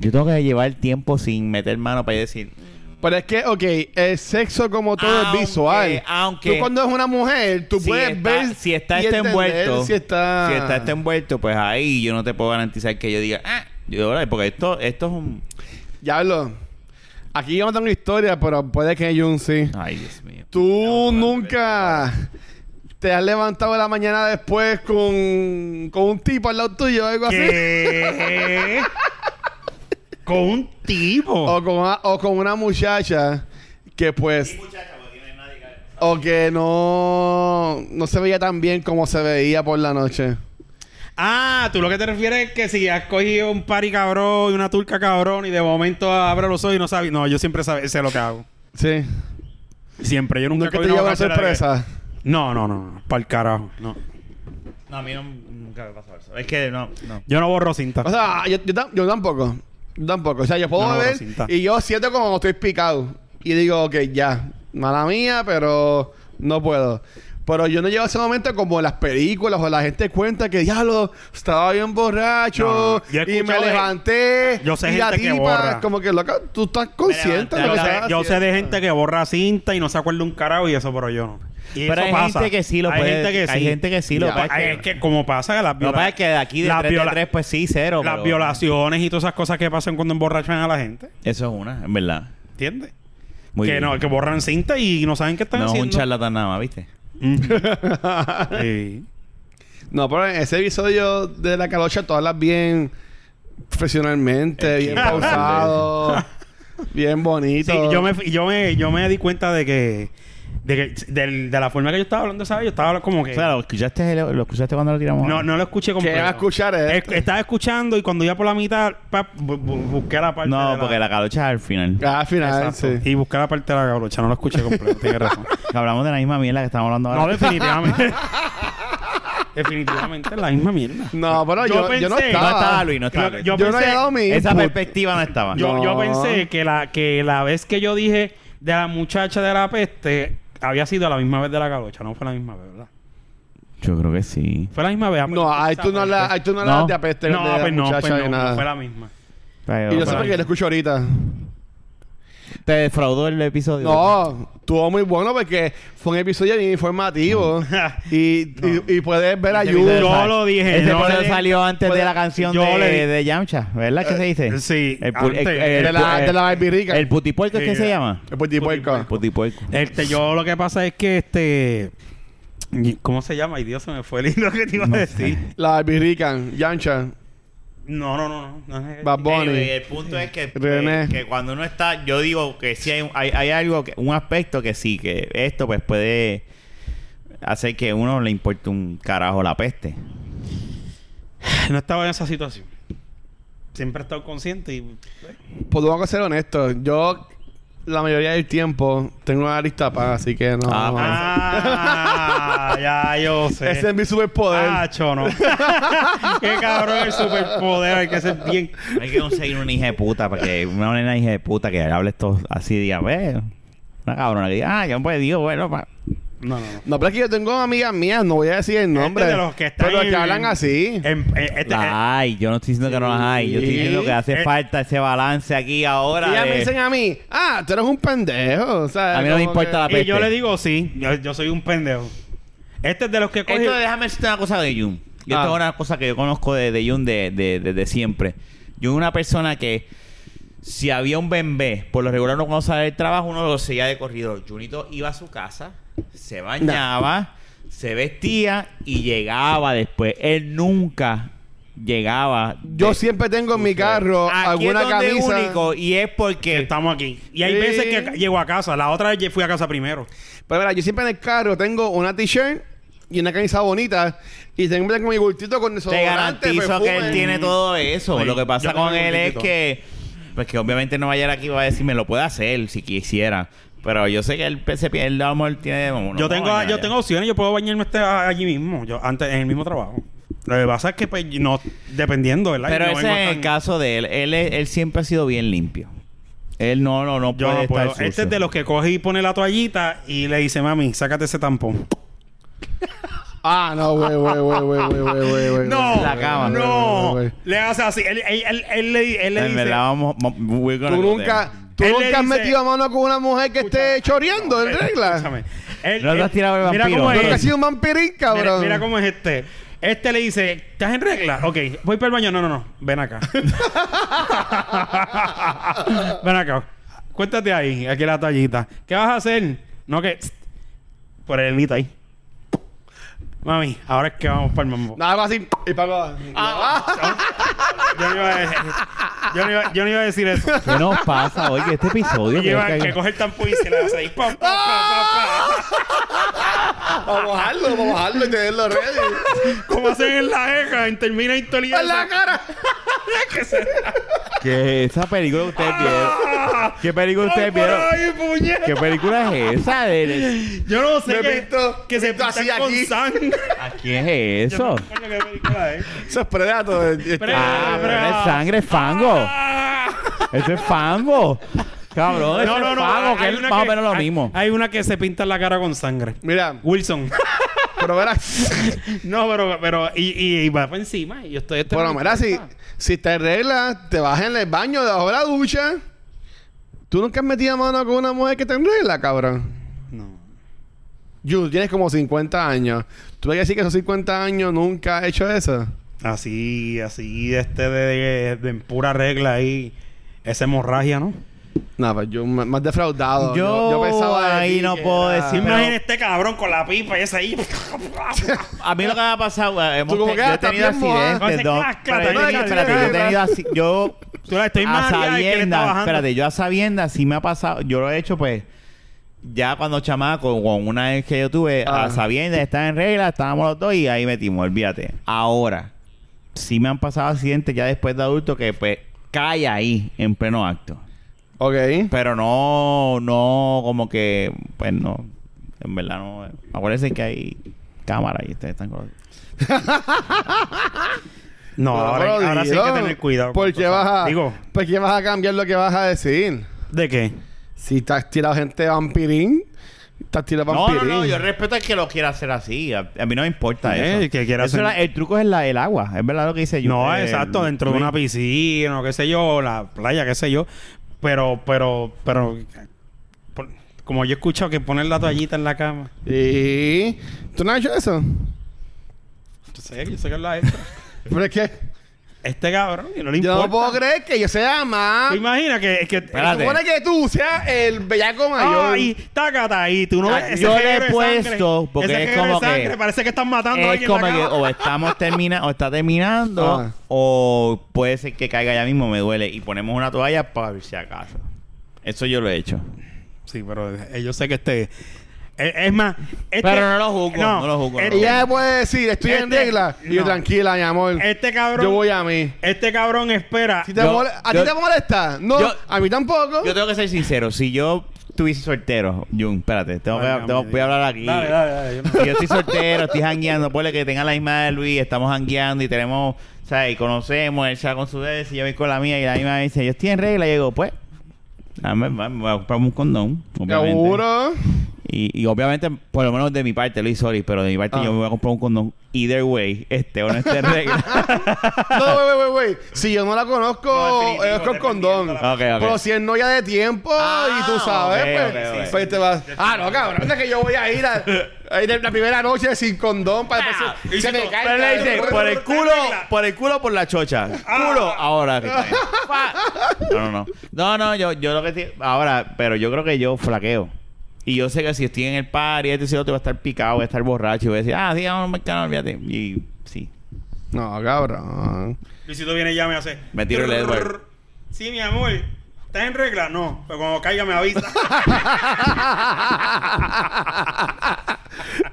Speaker 3: yo tengo que llevar tiempo sin meter mano para decir.
Speaker 2: Pero es que, ok, el sexo como todo
Speaker 3: Aunque-
Speaker 2: es visual.
Speaker 3: aunque-
Speaker 2: Tú cuando es una mujer, tú
Speaker 3: si
Speaker 2: puedes
Speaker 3: está,
Speaker 2: ver.
Speaker 3: si está
Speaker 2: y
Speaker 3: este
Speaker 2: entender
Speaker 3: envuelto,
Speaker 2: Si está.
Speaker 3: si está este envuelto, pues ahí yo no te puedo garantizar que yo diga, ah, yo, "Órale", porque esto, esto es un.
Speaker 2: Diablo. Aquí yo no tengo historia, pero puede que Jun sí.
Speaker 3: Ay, Dios mío.
Speaker 2: Tú nunca te has levantado en la mañana después con, con un tipo al lado tuyo o algo así.
Speaker 1: ¿Qué? Con un tipo.
Speaker 2: O con, a- o con una muchacha que pues. O que no, no se veía tan bien como se veía por la noche.
Speaker 1: Ah, tú lo que te refieres es que si has cogido un pari cabrón y una turca cabrón y de momento abre los ojos y no sabes. No, yo siempre sabe- sé lo que hago.
Speaker 2: Sí.
Speaker 1: Siempre, yo nunca
Speaker 2: Nunca
Speaker 1: he
Speaker 2: te
Speaker 1: cogido
Speaker 2: lleva
Speaker 1: una
Speaker 2: una
Speaker 1: borrachera de que-
Speaker 2: sorpresa.
Speaker 1: No, no, no, no. Para el carajo. No.
Speaker 3: No, a mí no- nunca me pasó eso. Es que no, no.
Speaker 1: Yo no borro cinta.
Speaker 2: O sea, yo, yo tam- yo tampoco. Yo tampoco. O sea, yo puedo
Speaker 1: No, no,
Speaker 2: beber
Speaker 1: Rosita.
Speaker 2: y yo siento como estoy picado. Y digo, ok, ya. Mala mía, pero no puedo. Pero yo no llego a ese momento como en las películas o la gente cuenta que diablo, estaba bien borracho
Speaker 1: No, yo he
Speaker 2: y me
Speaker 1: escuchado de-
Speaker 2: levanté.
Speaker 1: Yo sé
Speaker 2: y la
Speaker 1: gente que
Speaker 2: tipa,
Speaker 1: borra.
Speaker 2: como que loca, tú estás consciente de
Speaker 1: Yo
Speaker 2: lo que
Speaker 1: sé-
Speaker 2: estás
Speaker 1: yo sé de
Speaker 2: haciendo.
Speaker 1: gente que borra cinta y no se acuerda un carajo y eso, pero yo no. Y
Speaker 3: Pero
Speaker 1: eso
Speaker 3: hay
Speaker 1: pasa.
Speaker 3: gente que sí lo
Speaker 1: hay
Speaker 3: puede-
Speaker 1: Gente que
Speaker 3: hay
Speaker 1: sí.
Speaker 3: gente que sí lo
Speaker 1: Ya,
Speaker 3: puede-
Speaker 1: hay- es que como pasa que las
Speaker 3: Lo que pasa es que de aquí de
Speaker 1: las
Speaker 3: 3
Speaker 1: viola-
Speaker 3: de 3, pues sí, cero.
Speaker 1: las
Speaker 3: pero-
Speaker 1: violaciones y todas esas cosas que pasan cuando emborrachan a la gente.
Speaker 3: Eso es una, en verdad.
Speaker 1: ¿Entiendes?
Speaker 3: Muy
Speaker 1: que
Speaker 3: bien.
Speaker 1: no, que borran cinta y no saben qué están
Speaker 3: No es un
Speaker 1: haciendo.
Speaker 3: charlatán nada más, ¿viste?
Speaker 1: Ujú. Sí.
Speaker 2: No, pero en ese episodio de la calocha, todas las bien profesionalmente, bien pausado, bien bonito.
Speaker 1: Sí, yo me, yo me, yo me di cuenta de que, de que- del- de la forma que yo estaba hablando, ¿sabes? Yo estaba como que
Speaker 3: O sea, ¿lo escuchaste, lo, lo escuchaste cuando lo tiramos?
Speaker 1: no, no lo escuché
Speaker 2: que
Speaker 1: completo.
Speaker 2: iba a escuchar eh.
Speaker 1: Es- estaba escuchando y cuando iba por la mitad, pap, bu- bu- busqué la parte. de
Speaker 3: No, porque la calocha es al final.
Speaker 2: Ah, al final,
Speaker 1: Exacto.
Speaker 2: sí.
Speaker 1: Y busqué la parte de la gabrocha, no lo escuché completo, tienes razón.
Speaker 3: Que Hablamos de la misma mierda que estamos hablando ahora.
Speaker 1: No, definitivamente. definitivamente es la misma mierda.
Speaker 2: No, pero
Speaker 1: Yo
Speaker 2: yo, yo, no
Speaker 1: pensé-
Speaker 2: estaba.
Speaker 3: No estaba Luis, no estaba
Speaker 1: Yo-
Speaker 3: Luis.
Speaker 1: yo
Speaker 2: Yo no
Speaker 1: pensé-
Speaker 2: había dado mi
Speaker 3: Esa
Speaker 2: input.
Speaker 3: perspectiva no estaba.
Speaker 1: Yo, yo
Speaker 2: No.
Speaker 1: pensé que la, que la vez que yo dije de la muchacha de la peste había sido la misma vez de la galocha, no fue la misma vez, ¿verdad?
Speaker 3: Yo creo que sí.
Speaker 1: Fue la misma vez. ah, pues,
Speaker 2: No, ahí tú no hablas, ahí tú no hablas
Speaker 3: No.
Speaker 2: de apeste
Speaker 1: No,
Speaker 2: de la
Speaker 1: pues no, pues no,
Speaker 2: muchacha ni
Speaker 1: no
Speaker 2: nada.
Speaker 1: fue la misma.
Speaker 2: Y yo
Speaker 1: fue
Speaker 2: sé
Speaker 1: la
Speaker 2: por qué
Speaker 1: misma.
Speaker 2: lo escucho ahorita.
Speaker 3: Te defraudó el episodio.
Speaker 2: No, estuvo muy bueno porque fue un episodio bien informativo. y, y, y puedes ver a
Speaker 3: Ese
Speaker 2: Yu.
Speaker 3: episodio
Speaker 1: Yo
Speaker 3: sal-
Speaker 1: lo dije,
Speaker 3: Ese
Speaker 1: no
Speaker 3: episodio
Speaker 1: le-
Speaker 3: salió antes
Speaker 1: puede-
Speaker 3: de la canción
Speaker 1: yo
Speaker 3: de,
Speaker 1: le-
Speaker 3: de Yamcha, ¿verdad?
Speaker 2: Eh,
Speaker 3: ¿Qué se dice?
Speaker 1: Eh, sí,
Speaker 3: El, pul-
Speaker 1: antes. eh,
Speaker 3: el- el-
Speaker 2: De la,
Speaker 3: el-
Speaker 2: de la barbirica.
Speaker 3: el putipuerco, ¿qué
Speaker 1: Sí,
Speaker 3: se
Speaker 1: ya.
Speaker 3: llama? Eh,
Speaker 2: El putipuerco.
Speaker 3: Putipuerco.
Speaker 1: Este, yo lo que pasa es que este. ¿Cómo se llama? Ay, Dios, se me fue el hilo que te iba a decir.
Speaker 2: La barbirica, Yancha.
Speaker 1: No, no, no, no. no es-
Speaker 2: Bad Bunny.
Speaker 3: Anyway, el punto es que, pues,
Speaker 2: René.
Speaker 3: que- que cuando uno está, yo digo que sí hay, hay, hay algo, que, un aspecto que sí, que esto pues puede hacer que uno le importe un carajo la peste.
Speaker 1: No estaba en esa situación. Siempre he estado consciente y.
Speaker 2: Pues tengo que ser honesto. Yo, la mayoría del tiempo, tengo una lista paga, así que no.
Speaker 3: Ah,
Speaker 2: no.
Speaker 3: ah.
Speaker 1: Ah, ya yo sé.
Speaker 2: Ese es mi superpoder.
Speaker 1: Ah, chono. Qué cabrón el superpoder. Hay que ser bien.
Speaker 3: Hay que conseguir una hija de puta para que una nena hija de puta que hable esto así diga, ve, una cabrona que diga, ah, yo pues digo, bueno, pa.
Speaker 1: No, no, no.
Speaker 2: No, pero es que yo tengo amigas mías, no voy a decir el nombre.
Speaker 1: Este de los que están
Speaker 2: pero que
Speaker 1: en-
Speaker 2: hablan así.
Speaker 1: en- eh, este- eh,
Speaker 3: Ay, yo no estoy diciendo que no las hay, yo estoy diciendo que hace
Speaker 1: Eh.
Speaker 3: falta ese balance aquí
Speaker 2: Y
Speaker 3: ahora.
Speaker 2: ellas me
Speaker 3: de-
Speaker 2: dicen a mí, ah, tú eres un pendejo. O sea,
Speaker 3: eh. A mí no me
Speaker 2: como
Speaker 3: importa la
Speaker 1: eh, y yo
Speaker 3: peste.
Speaker 1: le digo sí. Yo, yo soy un pendejo. Este es de los que coge.
Speaker 3: Esto, déjame decirte una cosa de Jun. Y esto
Speaker 2: Ah.
Speaker 3: es una cosa que yo conozco de, de Jun de- de- desde siempre. Jun es una persona que si había un bembé, por lo regular uno cuando sale del trabajo, uno lo seguía de corrido. Junito iba a su casa, se bañaba, se vestía y llegaba después. Él nunca llegaba.
Speaker 2: Yo siempre tengo en mi carro
Speaker 3: Aquí es
Speaker 2: alguna
Speaker 3: donde
Speaker 2: camisa.
Speaker 3: único y es porque...
Speaker 1: Estamos aquí. Y hay
Speaker 2: Sí.
Speaker 1: veces que llego a casa. La otra vez fui a casa primero.
Speaker 2: Pero mira, yo siempre en el carro tengo una t-shirt y una camisa bonita. Y siempre tengo mi bultito con
Speaker 3: Te
Speaker 2: desodorante,
Speaker 3: garantizo que él
Speaker 2: perfume.
Speaker 3: tiene todo eso.
Speaker 1: Sí,
Speaker 3: lo que
Speaker 1: yo
Speaker 3: pasa
Speaker 1: tengo
Speaker 3: con él es
Speaker 1: bultito.
Speaker 3: que, pues que obviamente no va a llegar aquí y va a decirme lo puede hacer si quisiera. Pero yo sé que él pues, se pierde, él a lo mejor tiene. no,
Speaker 1: yo
Speaker 3: no,
Speaker 1: tengo,
Speaker 3: mañana
Speaker 1: yo
Speaker 3: ya.
Speaker 1: tengo opciones. Yo puedo bañarme este allí mismo. Yo antes en el mismo trabajo. Lo que pasa es que pues, no dependiendo, ¿verdad?
Speaker 3: Pero
Speaker 1: No
Speaker 3: ese
Speaker 1: vengo
Speaker 3: es el
Speaker 1: tan-
Speaker 3: caso de él. Él, es- él siempre ha sido bien limpio. Él no, no, no
Speaker 1: Yo
Speaker 3: puede
Speaker 1: no
Speaker 3: estar
Speaker 1: puedo. Este
Speaker 3: sucio.
Speaker 1: es de los que coge y pone la toallita y le dice, mami, sácate ese tampón.
Speaker 2: Ah, no, güey, güey, güey, güey, güey, güey, güey, güey.
Speaker 1: No,
Speaker 3: La cama.
Speaker 1: no.
Speaker 2: Güey, güey, güey.
Speaker 1: Le hace así. Él, él, él, él le, él le
Speaker 3: En
Speaker 1: dice.
Speaker 3: verdad, vamos. mo- we're gonna
Speaker 2: Tú
Speaker 3: go
Speaker 2: nunca,
Speaker 3: there.
Speaker 2: tú
Speaker 1: Él le
Speaker 2: nunca has
Speaker 1: dice-
Speaker 2: metido a mano con una mujer que esté choreando en regla.
Speaker 1: Escúchame. Él-
Speaker 3: No te
Speaker 1: él-
Speaker 3: has tirado el
Speaker 1: Mira
Speaker 3: vampiro.
Speaker 1: cómo
Speaker 3: No
Speaker 1: es. este.
Speaker 3: te
Speaker 2: Nunca has sido un vampirín,
Speaker 1: Mira,
Speaker 2: cabrón.
Speaker 1: mira cómo es este. Este le dice, ¿estás en regla? Ok, voy para el baño. No, no, no. Ven acá. Ven acá. Cuéntate ahí, aquí la toallita. ¿Qué vas a hacer? No, que. Por el hilito ahí. Mami, ahora es que vamos para el mambo.
Speaker 2: Nada más así. Y para abajo.
Speaker 1: Yo no iba a decir, yo no iba, yo no iba a decir eso.
Speaker 3: ¿Qué nos pasa hoy? Este episodio.
Speaker 1: Y
Speaker 3: creo
Speaker 1: lleva
Speaker 3: que hay-
Speaker 1: que coge el tampón y se le hace ahí. Pa, pa, pa, pa,
Speaker 2: Vamos a mojarlo, vamos a mojarlo y tenerlo ready.
Speaker 1: pa. Como hacen en la EJA, en Terminator y
Speaker 2: ¡En la
Speaker 1: eso.
Speaker 2: cara!
Speaker 1: Que se-
Speaker 3: ¿Qué es esa película que ustedes vieron?
Speaker 1: ¡Ah!
Speaker 3: ¿Qué película
Speaker 1: Ay,
Speaker 3: ustedes
Speaker 1: por
Speaker 3: vieron?
Speaker 1: ahí, puñeta.
Speaker 3: ¿Qué película es esa? De-
Speaker 1: Yo no sé
Speaker 2: Me
Speaker 1: que,
Speaker 2: pintó-
Speaker 1: que se
Speaker 2: pintó
Speaker 1: pintan
Speaker 2: así
Speaker 1: con
Speaker 2: aquí.
Speaker 1: sangre.
Speaker 3: ¿A quién es eso?
Speaker 1: Yo no sé, coño, qué eh. película es.
Speaker 2: Eso es predato. Este-
Speaker 1: Ah,
Speaker 3: Ah, pero no es sangre, es fango. Eso es fango. Cabrón, eso
Speaker 1: No, no,
Speaker 3: es
Speaker 1: no.
Speaker 3: fango,
Speaker 1: hay
Speaker 3: que es
Speaker 1: una
Speaker 3: más o menos lo
Speaker 1: hay-
Speaker 3: mismo.
Speaker 1: Hay una que se pinta la cara con sangre.
Speaker 2: Mira,
Speaker 1: Wilson.
Speaker 2: pero verás.
Speaker 1: no, pero, pero, y, y, y va para encima. Y yo estoy este
Speaker 2: Bueno,
Speaker 1: me
Speaker 2: mira, si,
Speaker 1: importa.
Speaker 2: si te reglas, te vas en el baño debajo de la ducha. Tú nunca has metido mano con una mujer que te enregla, cabrón.
Speaker 1: No.
Speaker 2: Yu, tú tienes como 50 años. ¿Tú vas a decir que esos 50 años nunca has hecho eso?
Speaker 1: Así, así, este de, de- de en pura regla ahí. Esa hemorragia, ¿no?
Speaker 2: No, pues yo m- más defraudado.
Speaker 3: Yo
Speaker 2: de
Speaker 3: ahí
Speaker 2: ti
Speaker 3: no
Speaker 2: que
Speaker 3: puedo
Speaker 2: era-
Speaker 3: decir-
Speaker 1: Imagina este cabrón con la pipa y esa ahí.
Speaker 3: A mí lo que me ha pasado, eh, hemos
Speaker 2: Tú como
Speaker 3: te-
Speaker 2: que,
Speaker 3: yo
Speaker 2: ah,
Speaker 3: he
Speaker 2: está
Speaker 3: tenido
Speaker 2: bien mojado.
Speaker 3: accidentes,
Speaker 1: Hace
Speaker 3: no.
Speaker 1: clac, clac,
Speaker 3: Espérate,
Speaker 1: clac,
Speaker 3: espérate,
Speaker 2: clac,
Speaker 3: yo he tenido
Speaker 2: clac.
Speaker 3: así, yo
Speaker 1: Tú la estoy
Speaker 3: a
Speaker 1: más arriba y que le está
Speaker 3: sabiendas,
Speaker 1: bajando.
Speaker 3: espérate, yo a sabiendas sí me ha pasado, yo lo he hecho pues ya cuando chamaco, con una vez que yo tuve,
Speaker 2: Ah.
Speaker 3: a sabiendas, estaba en regla, estábamos los dos y ahí metimos, olvídate. Ahora, sí me han pasado accidentes ya después de adulto que pues cae ahí en pleno acto.
Speaker 2: Ok.
Speaker 3: Pero no, no, como que, pues no, en verdad no. Acuérdense que hay cámara y ustedes están con...
Speaker 1: No,
Speaker 2: Pero,
Speaker 1: ahora,
Speaker 2: pero
Speaker 1: ahora sí hay
Speaker 2: dilo,
Speaker 1: que tener cuidado. con
Speaker 2: ¿Por
Speaker 1: tus
Speaker 2: qué
Speaker 1: actos.
Speaker 2: vas a,
Speaker 1: Digo,
Speaker 2: ¿por qué vas a cambiar lo que vas a decir?
Speaker 1: ¿de qué?
Speaker 2: Si estás tirado gente de vampirín, estás tirado
Speaker 3: No, no,
Speaker 2: vampirín.
Speaker 3: no, yo respeto al que lo quiera hacer así. A, a mí no me importa
Speaker 1: Eh,
Speaker 3: eso.
Speaker 1: el que quiera
Speaker 3: Eso
Speaker 1: hacer-
Speaker 3: era- el truco es la, el agua, es verdad lo que dice yo.
Speaker 1: No,
Speaker 3: eh,
Speaker 1: exacto, dentro de una piscina o qué sé yo, la playa, qué sé yo. Pero, pero, pero, por- como yo he escuchado que poner la toallita en la cama.
Speaker 2: ¿Y tú no has hecho eso?
Speaker 1: Yo sé, yo sé que lo ha hecho.
Speaker 2: Pero es que
Speaker 1: Este cabrón, y no le
Speaker 2: yo
Speaker 1: importa.
Speaker 2: no puedo creer que yo sea más...
Speaker 1: ¿Te imaginas que... que
Speaker 3: Espérate.
Speaker 2: Se supone que tú seas el bellaco mayor.
Speaker 1: Ay, tácata ahí, tú no
Speaker 3: Ah,
Speaker 1: ves ese
Speaker 3: yo le
Speaker 1: jeguero
Speaker 3: he
Speaker 1: de sangre.
Speaker 3: puesto, porque
Speaker 1: Ese
Speaker 3: es
Speaker 1: jeguero de
Speaker 3: como que-
Speaker 1: sangre, Parece que están matando a
Speaker 3: Es
Speaker 1: alguien en
Speaker 3: como
Speaker 1: la
Speaker 3: que oh,
Speaker 1: cama.
Speaker 3: o estamos terminando, o está terminando,
Speaker 2: Ah.
Speaker 3: o puede ser que caiga ya mismo, me duele. Y ponemos una toalla para ver si acaso. Eso yo lo he hecho.
Speaker 1: Sí, pero eh, yo sé que este... eh, Es más... este-
Speaker 3: Pero no lo juzgo, no lo juzgo, no
Speaker 1: este-
Speaker 3: lo
Speaker 2: Y ella puede decir, estoy en
Speaker 1: Este-
Speaker 2: regla. Y yo,
Speaker 1: no.
Speaker 2: tranquila, mi amor.
Speaker 1: Este cabrón...
Speaker 2: Yo voy a mí.
Speaker 1: Este cabrón espera...
Speaker 2: Si te
Speaker 3: Yo-
Speaker 2: mole- ¿A
Speaker 3: yo-
Speaker 2: ti te molesta? No,
Speaker 3: yo-
Speaker 2: a mí tampoco.
Speaker 3: Yo tengo que ser sincero. Si yo estuviese soltero, Jun, espérate, tengo que,
Speaker 1: Válgame
Speaker 3: tengo-
Speaker 1: Dios.
Speaker 3: voy a hablar aquí.
Speaker 1: Dale, dale, dale. yo no-
Speaker 3: Si yo estoy soltero, estoy jangueando, ponle que tenga la misma de Luis, estamos jangueando y tenemos, ¿sabes? Y conocemos, él sale con su vez y yo voy con la mía y la misma me dice, yo estoy en regla. Y yo digo, pues, dame, va- me voy a comprar un condón. obviamente.
Speaker 2: Seguro.
Speaker 3: Y, y obviamente, por lo menos de mi parte, Luis, sorry, pero de mi parte
Speaker 2: Ah.
Speaker 3: yo me voy a comprar un condón. Either way, este o no esté en regla.
Speaker 2: No, güey, güey, güey. Si yo no la conozco,
Speaker 1: No, definitivo,
Speaker 2: es con condón.
Speaker 1: dependiendo
Speaker 3: la- Ok, ok.
Speaker 2: Pero si es novia de tiempo
Speaker 3: Ah,
Speaker 2: y tú sabes,
Speaker 3: ok,
Speaker 2: pues,
Speaker 3: ok, ok.
Speaker 2: pues te vas. Ah, no, cabrón, es que yo voy a ir a, a ir la primera noche sin condón para después se- se, me cae.
Speaker 3: Pero él le dice,
Speaker 2: cabrón.
Speaker 3: por el culo, por el culo, por la chocha.
Speaker 2: Ah.
Speaker 3: Culo, ahora. que cae. Pa. No, no, no. No, no, yo, yo lo que estoy- Ahora, pero yo creo que yo flaqueo. Y yo sé que si estoy en el par y este y te va a estar picado, voy a estar borracho y voy a decir, ah, sí, vamos al canal, olvídate. Y sí.
Speaker 2: No, cabrón.
Speaker 1: Luisito viene y ya me hace.
Speaker 3: Me tiro el Edward.
Speaker 1: Sí, mi amor. ¿Estás en regla? No. Pero cuando caiga me avisa.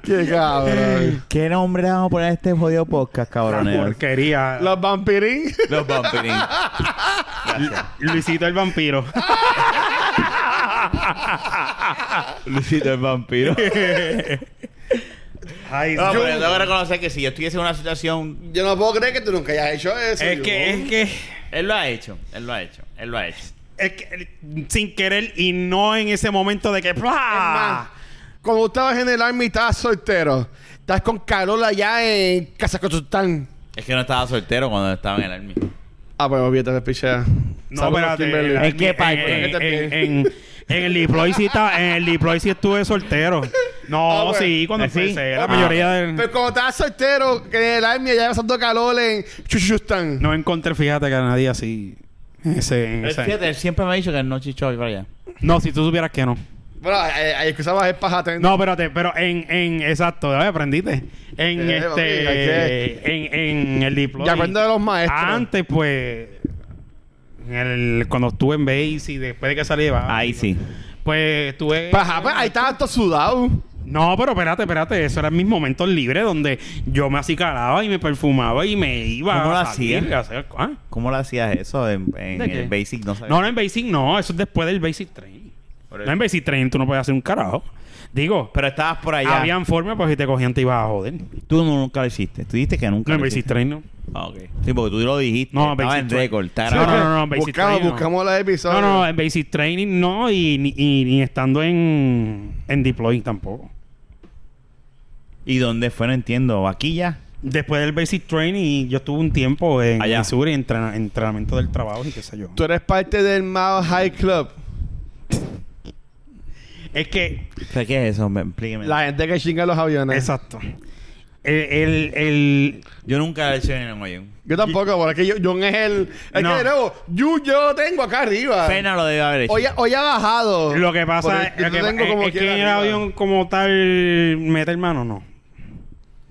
Speaker 2: Qué cabrón.
Speaker 3: ¿Qué nombre le vamos a poner a este jodido podcast, cabrones?
Speaker 1: Porquería.
Speaker 2: Los vampirín.
Speaker 3: Los Bumpering.
Speaker 1: Luisito el vampiro.
Speaker 3: Luisito el vampiro.
Speaker 1: Ay,
Speaker 3: No,
Speaker 1: yo-
Speaker 3: pero yo tengo que reconocer que si yo estuviese en una situación...
Speaker 2: Yo no puedo creer que tú nunca hayas hecho eso.
Speaker 1: es
Speaker 2: yo.
Speaker 1: que, es que,
Speaker 3: Él lo ha hecho, él lo ha hecho, él lo ha hecho.
Speaker 1: es que, eh, sin querer y no en ese momento de que.
Speaker 2: Es más,
Speaker 1: ¡plá!
Speaker 2: cuando tú estabas en el army, estabas soltero. Estás con Carola allá en Cazacotustán.
Speaker 3: Es que no estaba soltero cuando estaba en el army.
Speaker 2: Ah, pues obvio, te pichea.
Speaker 1: No, espérate. eh,
Speaker 3: ¿En qué parte?
Speaker 2: Este
Speaker 1: En, en- en- en el deploy sí estaba- en el deploy sí estuve soltero.
Speaker 2: Ah,
Speaker 1: No,
Speaker 2: bueno.
Speaker 1: oh, Eh, sí, cuando
Speaker 3: ¿Sí?
Speaker 1: empecé, la
Speaker 3: Ah.
Speaker 1: mayoría de
Speaker 2: Pero cuando estabas soltero, que en el army allá pasando calor en Chuchuchustán.
Speaker 1: No encontré, fíjate que a nadie así. Ese,
Speaker 2: Eh,
Speaker 3: Pero
Speaker 1: ese-
Speaker 3: fíjate, él siempre me ha dicho que él no chichó para allá.
Speaker 1: No, si tú supieras que no.
Speaker 2: Bueno, ahí ahí excusabas el pajatén.
Speaker 1: No, espérate, pero en, en exacto, ya aprendiste. En
Speaker 2: Eh, papi, hay
Speaker 1: este, en, en el diplomas.
Speaker 2: Ya aprendo de los maestros.
Speaker 1: Antes, pues, en el- cuando estuve en base y después de que salí de base,
Speaker 3: Ahí sí.
Speaker 1: Pues estuve.
Speaker 2: Pues, ajá, pues, ahí estabas todo sudado.
Speaker 1: No, pero espérate, espérate, eso eran mis momentos libres donde yo me acicalaba y me perfumaba y me iba
Speaker 3: ¿Cómo lo
Speaker 1: a salir
Speaker 3: hacías?
Speaker 1: a hacer- ¿ah?
Speaker 3: ¿Cómo lo hacías eso en, en
Speaker 1: ¿De qué?
Speaker 3: el basic? No sabía.
Speaker 1: No, no en basic no, eso es después del basic training.
Speaker 3: Por eso.
Speaker 1: No en basic training tú no puedes hacer un carajo. Digo,
Speaker 3: Pero estabas por allá.
Speaker 1: habían formas, pues si te cogían te ibas a joder.
Speaker 3: Tú no- nunca lo hiciste. Tú dijiste que nunca
Speaker 1: No en
Speaker 3: lo
Speaker 1: basic
Speaker 3: hiciste.
Speaker 1: training no.
Speaker 3: Ah, ok. Sí, porque tú lo dijiste.
Speaker 1: No,
Speaker 3: Estaba
Speaker 1: basic
Speaker 3: en
Speaker 1: tra-
Speaker 3: récord. Está
Speaker 1: No,
Speaker 3: grabado.
Speaker 1: no, no, no, basic
Speaker 2: buscamos,
Speaker 1: training, no.
Speaker 2: buscamos los
Speaker 1: No,
Speaker 2: episodios.
Speaker 1: no, eh. en basic training no y ni, y ni estando en, en deploy tampoco.
Speaker 3: ¿Y dónde fue? No entiendo. ¿Aquí ya?
Speaker 1: Después del basic training yo estuve un tiempo en
Speaker 3: Allá.
Speaker 1: Missouri en entrena- entrenamiento del trabajo y qué sé yo.
Speaker 2: Tú eres parte del Mao High Club.
Speaker 1: Es que,
Speaker 3: ¿Pero ¿Qué es eso? hombre? Explíqueme.
Speaker 2: La gente que chinga los aviones.
Speaker 1: exacto. El, el, el-
Speaker 3: Yo nunca he hecho en un hoyo.
Speaker 2: Yo tampoco, porque yo, John es el. Es
Speaker 1: No.
Speaker 2: que de nuevo, yo, yo lo tengo acá arriba.
Speaker 3: Pena lo debe haber hecho.
Speaker 2: Hoy, ha- hoy ha bajado.
Speaker 1: lo que pasa
Speaker 2: Porque
Speaker 1: es,
Speaker 2: yo
Speaker 1: que,
Speaker 2: lo tengo
Speaker 1: es-
Speaker 2: como
Speaker 1: es que
Speaker 2: quiera
Speaker 1: en el
Speaker 2: arriba.
Speaker 1: avión como tal meter mano, no.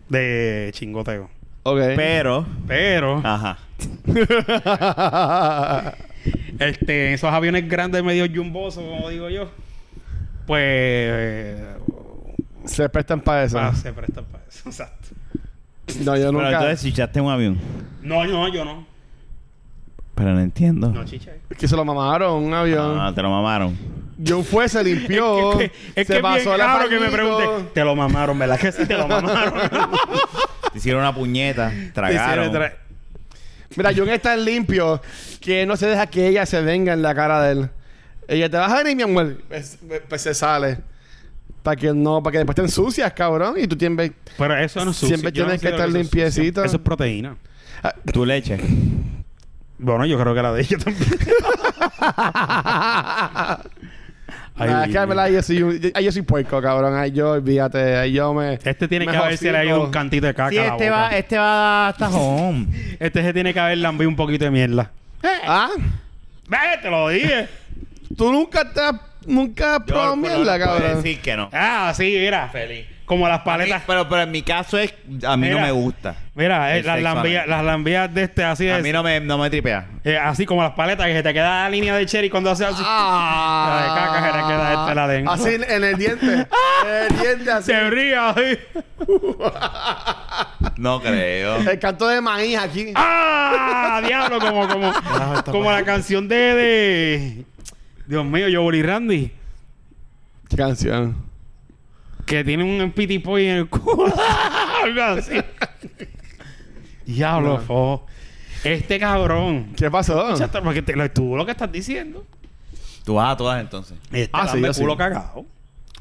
Speaker 1: De chingoteo.
Speaker 2: Ok.
Speaker 3: Pero.
Speaker 1: Pero
Speaker 2: Ah.
Speaker 3: Ajá.
Speaker 1: este, esos aviones grandes medio jumbosos, como digo yo, pues eh,
Speaker 2: Se prestan para eso.
Speaker 1: pa- se prestan para eso. Exacto.
Speaker 2: No, yo
Speaker 3: Pero
Speaker 2: nunca.
Speaker 3: entonces chichaste en un avión.
Speaker 1: No, no, yo no.
Speaker 3: Pero no entiendo.
Speaker 1: No, chiche.
Speaker 2: Que se lo mamaron un avión.
Speaker 3: Ah, te lo mamaron.
Speaker 2: John fue, se limpió.
Speaker 1: es que, es
Speaker 2: se
Speaker 1: que es bien
Speaker 2: pasó la
Speaker 1: raro que me
Speaker 2: pañito.
Speaker 1: pregunte, te lo mamaron, ¿verdad? Que sí te lo mamaron.
Speaker 3: Te hicieron una puñeta. Tragaron.
Speaker 1: Tra-
Speaker 2: Mira, John es tan limpio que no se deja que ella se venga en la cara de él. Ella te vas a venir, mi amor. Pues, pues se sale. Para que no, para que después te ensucias, cabrón. Y tú tienes.
Speaker 1: Pero eso no es sucio.
Speaker 2: Siempre
Speaker 1: Yo no
Speaker 2: tienes que
Speaker 1: considero
Speaker 2: estar
Speaker 1: eso sucio.
Speaker 2: limpiecito.
Speaker 1: Eso es proteína.
Speaker 3: Tu leche.
Speaker 1: Bueno, yo creo que la de ella también. Ay,
Speaker 2: Nah, es que,
Speaker 1: Dios
Speaker 2: en verdad, yo soy, un- yo, ay, yo soy puerco, cabrón. Ay, yo, olvídate. Ay, yo me.
Speaker 1: Este tiene
Speaker 2: me
Speaker 1: que haberse le ha ido
Speaker 2: jocico.
Speaker 1: un cantito de caca
Speaker 3: Sí,
Speaker 1: a la
Speaker 3: este
Speaker 1: boca.
Speaker 3: va, este va hasta home.
Speaker 1: Este se tiene que haber lambido un poquito de mierda.
Speaker 2: ¿Ah?
Speaker 1: ¡Ve, te lo dije!
Speaker 2: Tú nunca te has. Nunca has probado mierda, cabrón.
Speaker 3: decir que no.
Speaker 1: Ah, sí, mira.
Speaker 3: Feliz.
Speaker 1: Como las
Speaker 3: A mí-
Speaker 1: paletas.
Speaker 3: pero, pero en mi caso es. A mí
Speaker 1: Mira.
Speaker 3: no me gusta.
Speaker 1: Mira, eh,
Speaker 3: El
Speaker 1: las,
Speaker 3: sexo
Speaker 1: lambías,
Speaker 3: anal. Ah,
Speaker 1: las lambías de este, así
Speaker 3: A
Speaker 1: es.
Speaker 3: mí no me, no me tripea.
Speaker 1: Eh, así como las paletas que se te queda la línea de cherry cuando haces así. La de
Speaker 2: Ah,
Speaker 1: caca se te queda este la Ah. lengua.
Speaker 2: Así en, en el diente. en el diente, así.
Speaker 1: Se brilla así.
Speaker 3: No creo.
Speaker 1: Eh.
Speaker 2: El canto de maíz aquí.
Speaker 1: ¡Ah! ¡Diablo! Como, como, como la canción de, de. Dios mío, yo Bolly Randy.
Speaker 2: ¿Qué canción?
Speaker 1: Que tiene un pitipoy en el culo. Algo así. Diablo,
Speaker 2: No.
Speaker 1: fo. Este cabrón.
Speaker 2: ¿Qué pasó?
Speaker 1: Chato, Porque te, lo, tú lo que estás diciendo.
Speaker 3: Tú vas a todas entonces.
Speaker 1: Este
Speaker 2: Ah,
Speaker 1: ah,
Speaker 2: sí, yo sí.
Speaker 1: culo cagado.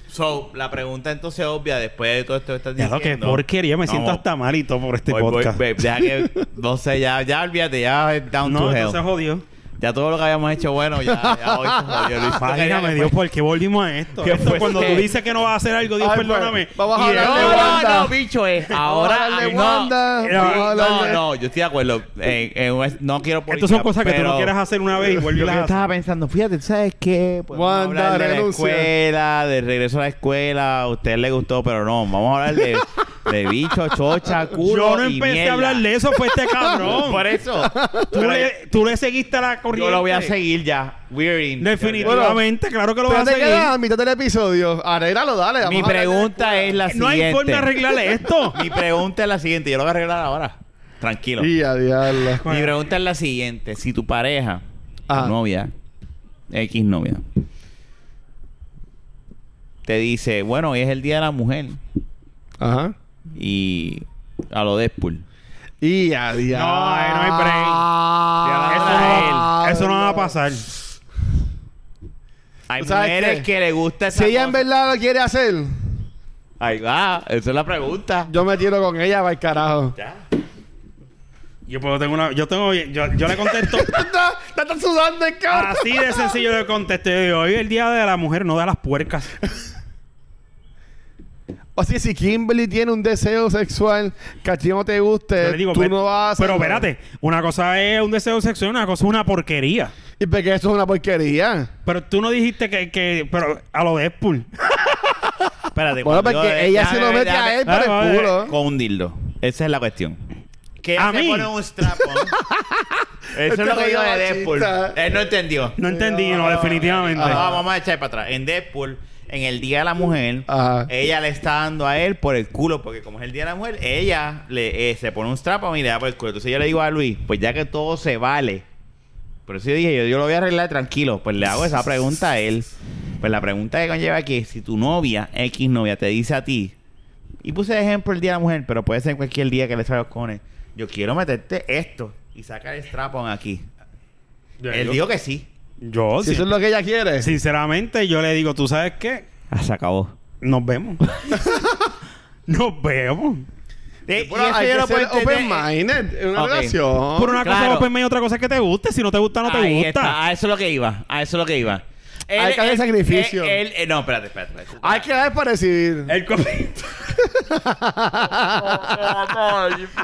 Speaker 3: So, la pregunta entonces obvia después de todo esto que estás
Speaker 1: Ya
Speaker 3: diciendo.
Speaker 1: lo que porquería. Me siento
Speaker 3: No,
Speaker 1: hasta malito por este
Speaker 3: voy- voy-
Speaker 1: podcast.
Speaker 3: ve- deja que. No sé, ya, ya olvídate, ya es down
Speaker 1: no,
Speaker 3: to
Speaker 1: entonces
Speaker 3: hell.
Speaker 1: jodió.
Speaker 3: Ya todo lo que habíamos hecho bueno, ya, ya hoy se jodió, Luis.
Speaker 1: Válgame
Speaker 3: Quería que
Speaker 1: Dios,
Speaker 3: fue-
Speaker 1: ¿por qué volvimos a esto?
Speaker 3: ¿Qué
Speaker 1: Esto
Speaker 3: fue? este.
Speaker 1: cuando
Speaker 3: ¿Qué?
Speaker 1: tú dices que no vas a hacer algo, Dios,
Speaker 2: Ay, pues,
Speaker 1: perdóname.
Speaker 2: vamos a
Speaker 1: Y
Speaker 2: hablar
Speaker 1: ahora-
Speaker 2: de
Speaker 3: No,
Speaker 2: Wanda.
Speaker 3: no, no, bicho, es ahora.
Speaker 2: Vamos a hablar de
Speaker 3: no.
Speaker 2: Wanda.
Speaker 3: Sí,
Speaker 2: Vamos a hablar
Speaker 3: no,
Speaker 2: de-
Speaker 3: no, yo estoy de acuerdo. Eh, eh, no quiero
Speaker 1: Estas son
Speaker 3: política,
Speaker 1: cosas que tú
Speaker 3: pero-
Speaker 1: no quieres hacer una vez y
Speaker 3: Yo
Speaker 1: vuelves
Speaker 3: que
Speaker 1: a hacer.
Speaker 3: estaba pensando, fíjate, ¿sabes qué? Podemos
Speaker 2: Wanda,
Speaker 3: hablar de la
Speaker 2: renuncia.
Speaker 3: escuela, de regreso a la escuela, a usted le gustó, pero no, vamos a hablar de, de bicho, chocha, culo
Speaker 1: Yo no
Speaker 3: y
Speaker 1: empecé
Speaker 3: mierda.
Speaker 1: a hablar de eso, fue este cabrón.
Speaker 3: Por eso,
Speaker 1: tú, le, tú le seguiste a la corriente.
Speaker 3: yo lo voy a seguir ya. We're in.
Speaker 1: Definitivamente, claro que lo vas
Speaker 2: Pero
Speaker 1: a
Speaker 2: te queda
Speaker 1: seguir.
Speaker 2: a mitad del episodio. Arreglalo, dale. vamos
Speaker 3: Mi
Speaker 2: a hablar de-
Speaker 3: pregunta es la
Speaker 1: No
Speaker 3: siguiente.
Speaker 1: hay forma de arreglar esto.
Speaker 3: Mi pregunta es la siguiente, yo lo voy a arreglar ahora. Tranquilo.
Speaker 2: Y a diablo.
Speaker 3: Mi pregunta es la siguiente. Si tu pareja,
Speaker 2: Ajá.
Speaker 1: Ah.
Speaker 3: tu novia, X novia, te dice, bueno, hoy es el Día de la Mujer
Speaker 2: Ajá.
Speaker 3: y a lo Deadpool.
Speaker 2: Y a diablo.
Speaker 1: ahí no hay break. Eso no, va- Ah, eso no va a pasar.
Speaker 3: Hay
Speaker 2: ¿Tú sabes
Speaker 3: mujeres
Speaker 2: qué?
Speaker 3: que le gusta esa
Speaker 2: Si ella en
Speaker 3: cosa.
Speaker 2: verdad lo quiere hacer,
Speaker 3: Ahí va. Esa es la pregunta.
Speaker 2: yo me tiro con ella, va el carajo.
Speaker 3: Ya.
Speaker 1: Yo puedo tengo una. Yo tengo. Yo, yo le contesto.
Speaker 2: Está, está, está sudando
Speaker 1: Ah,
Speaker 2: el cabrón.
Speaker 1: así de sencillo le contesto. Yo digo, hoy es el día de la mujer, no de las puercas.
Speaker 2: O sea, si Kimberly tiene un deseo sexual que a ti no te
Speaker 1: Yo
Speaker 2: guste,
Speaker 1: le digo,
Speaker 2: Eh, tú
Speaker 1: "Ve-
Speaker 2: no vas a hacer.
Speaker 1: Pero espérate, una cosa es un deseo sexual, una cosa es una porquería.
Speaker 2: Y porque eso es una porquería.
Speaker 1: Pero tú no dijiste que, que pero a lo Deadpool.
Speaker 3: Espérate.
Speaker 1: Eh,
Speaker 2: Bueno,
Speaker 3: cuando yo-
Speaker 2: porque ella se lo
Speaker 3: déjame-
Speaker 2: mete a
Speaker 3: déjame-
Speaker 2: él por
Speaker 1: Ah,
Speaker 2: el
Speaker 1: vale.
Speaker 2: culo.
Speaker 3: Con un dildo. Esa es la cuestión. Que
Speaker 1: ¿A
Speaker 3: él se
Speaker 1: mí?
Speaker 3: pone un strap Eso
Speaker 2: Este
Speaker 3: es lo que
Speaker 2: rollo
Speaker 3: yo de Deadpool.
Speaker 2: machista.
Speaker 3: Él no entendió.
Speaker 1: No entendí, no, definitivamente.
Speaker 3: Ah, vamos a echar para atrás. En Deadpool, en el Día de la Mujer,
Speaker 2: Ajá.
Speaker 3: ella le está dando a él por el culo, porque como es el Día de la Mujer, ella le, eh, se pone un strap y le da por el culo. Entonces yo le digo a Luis, pues ya que todo se vale, por eso yo dije, yo, yo lo voy a arreglar tranquilo, pues le hago esa pregunta a él. Pues la pregunta que conlleva aquí es si tu novia, X novia, te dice a ti, y puse de ejemplo el Día de la Mujer, pero puede ser cualquier día que le salga con él, yo quiero meterte esto y sacar el strap aquí. Él dijo que sí.
Speaker 1: Yo,
Speaker 2: Si
Speaker 1: sí.
Speaker 2: eso es lo que ella quiere.
Speaker 1: sinceramente, yo le digo, ¿tú sabes qué?
Speaker 3: Ah, se acabó.
Speaker 1: Nos vemos. Nos vemos.
Speaker 3: Eh,
Speaker 2: Bueno,
Speaker 3: y eso
Speaker 2: hay
Speaker 3: yo
Speaker 2: que
Speaker 3: lo puedo
Speaker 2: ser open
Speaker 3: entender, eh, minded
Speaker 2: minded en una
Speaker 3: Ok.
Speaker 2: relación.
Speaker 1: Por una cosa
Speaker 3: Claro.
Speaker 1: open mind y otra cosa es que te guste. Si no te gusta, no te
Speaker 3: Ahí
Speaker 1: gusta.
Speaker 3: está. A eso es lo que iba. A eso es lo que iba.
Speaker 2: Hay que hacer sacrificio.
Speaker 3: Él, él- no, espérate, espérate. espérate.
Speaker 2: Hay que dar para recibir.
Speaker 1: Él come-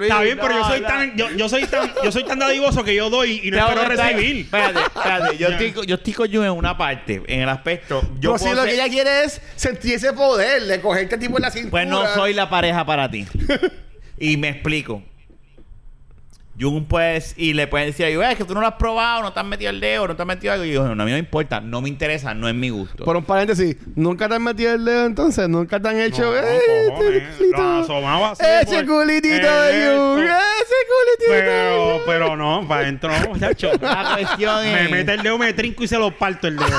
Speaker 1: Está bien, pero yo soy tan, yo, yo soy tan, yo soy tan dadivoso que yo doy y no
Speaker 3: Tengo
Speaker 1: espero
Speaker 3: que estar-
Speaker 1: recibir.
Speaker 3: Espérate, espérate. Yo estoy, con- yo estoy con Jun en una parte, en el aspecto. Yo
Speaker 2: Yo si
Speaker 3: puedo
Speaker 2: lo
Speaker 3: ser-
Speaker 2: que ella quiere es sentir ese poder de cogerte tipo en la cintura.
Speaker 3: Pues no soy la pareja para ti. y me explico. Jun pues, y le pueden decir, "Eh, es que tú no lo has probado, no te has metido el dedo, no te has metido algo. Y yo, no, a mí no me importa, no me interesa, no es mi gusto.
Speaker 2: Por un paréntesis, nunca te han metido el dedo entonces, nunca te han hecho.
Speaker 1: No,
Speaker 2: ¡Eh,
Speaker 1: cojones,
Speaker 2: este culito!
Speaker 1: lo asomaba así pues,
Speaker 2: ¡Ese
Speaker 1: por-
Speaker 2: culitito de
Speaker 1: Esto.
Speaker 2: Jun! ¡Ese culitito de
Speaker 1: Pero,
Speaker 2: Jun!
Speaker 1: pero no, para adentro no, muchacho.
Speaker 3: la cuestión
Speaker 1: Me
Speaker 3: es...
Speaker 1: mete el dedo, me trinco y se lo parto el dedo.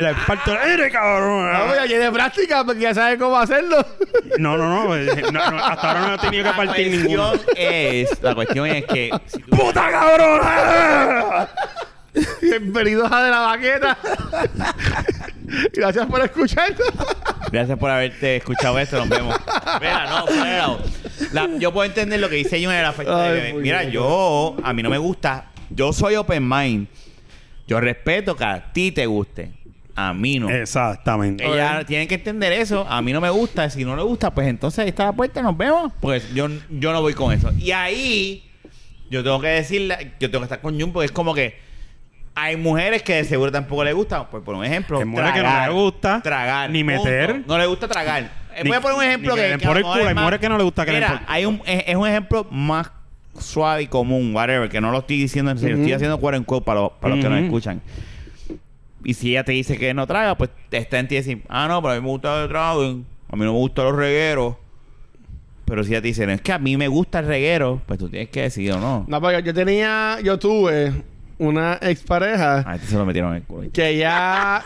Speaker 1: Le parto el ¡Eres cabrón!
Speaker 2: Ah, pues ya tiene práctica porque ya sabe cómo hacerlo.
Speaker 1: No, no, no, eh, no, no, Hasta ahora no he tenido que
Speaker 3: la
Speaker 1: partir
Speaker 3: cuestión
Speaker 1: ninguno.
Speaker 3: es... La cuestión es que... si tú-
Speaker 1: ¡Puta cabrón!
Speaker 2: Bienvenidos a De la Baqueta. Gracias por escucharnos.
Speaker 3: Gracias por haberte escuchado esto, nos vemos. Mira, no, fuera de lado. La- yo puedo entender lo que dice Jun en el aspecto de
Speaker 2: Ay,
Speaker 3: que,
Speaker 2: muy
Speaker 3: Mira,
Speaker 2: bien.
Speaker 3: yo, a mí no me gusta. Yo soy open mind. Yo respeto que a ti te guste. A mí no.
Speaker 1: Exactamente.
Speaker 3: Ella tiene que entender eso. A mí no me gusta. Si no le gusta, pues entonces ahí está la puerta, nos vemos. Pues yo, yo no voy con eso. Y ahí yo tengo que decirle, yo tengo que estar con Jun porque es como que hay mujeres que de seguro tampoco le gusta. Pues por un ejemplo,
Speaker 1: Hay mujeres que no le gusta
Speaker 3: tragar.
Speaker 1: ni
Speaker 3: punto.
Speaker 1: meter.
Speaker 3: No le gusta tragar. Eh,
Speaker 1: Ni-
Speaker 3: voy a poner un
Speaker 1: ni
Speaker 3: ejemplo
Speaker 1: que
Speaker 3: que.
Speaker 1: le den
Speaker 3: a
Speaker 1: por
Speaker 3: lo
Speaker 1: el
Speaker 3: mejor
Speaker 1: culo.
Speaker 3: es
Speaker 1: Hay
Speaker 3: más-
Speaker 1: mujeres que no le gusta que le den
Speaker 3: Mira,
Speaker 1: por-
Speaker 3: hay un, es, es un ejemplo más suave y común, whatever, que no lo estoy diciendo en serio. Estoy haciendo quote en quote para, lo- para los que nos
Speaker 1: Ujú.
Speaker 3: escuchan. Y si ella te dice que no traga, pues está en ti decir, ah, no, pero a mí me gusta el traguen, a mí no me gustan los regueros. Pero si ella te dice, no, es que a mí me gusta el reguero, pues tú tienes que decidir o no.
Speaker 2: No, porque yo tenía, yo tuve una expareja
Speaker 3: A este se lo metieron en el culo.
Speaker 2: que ya,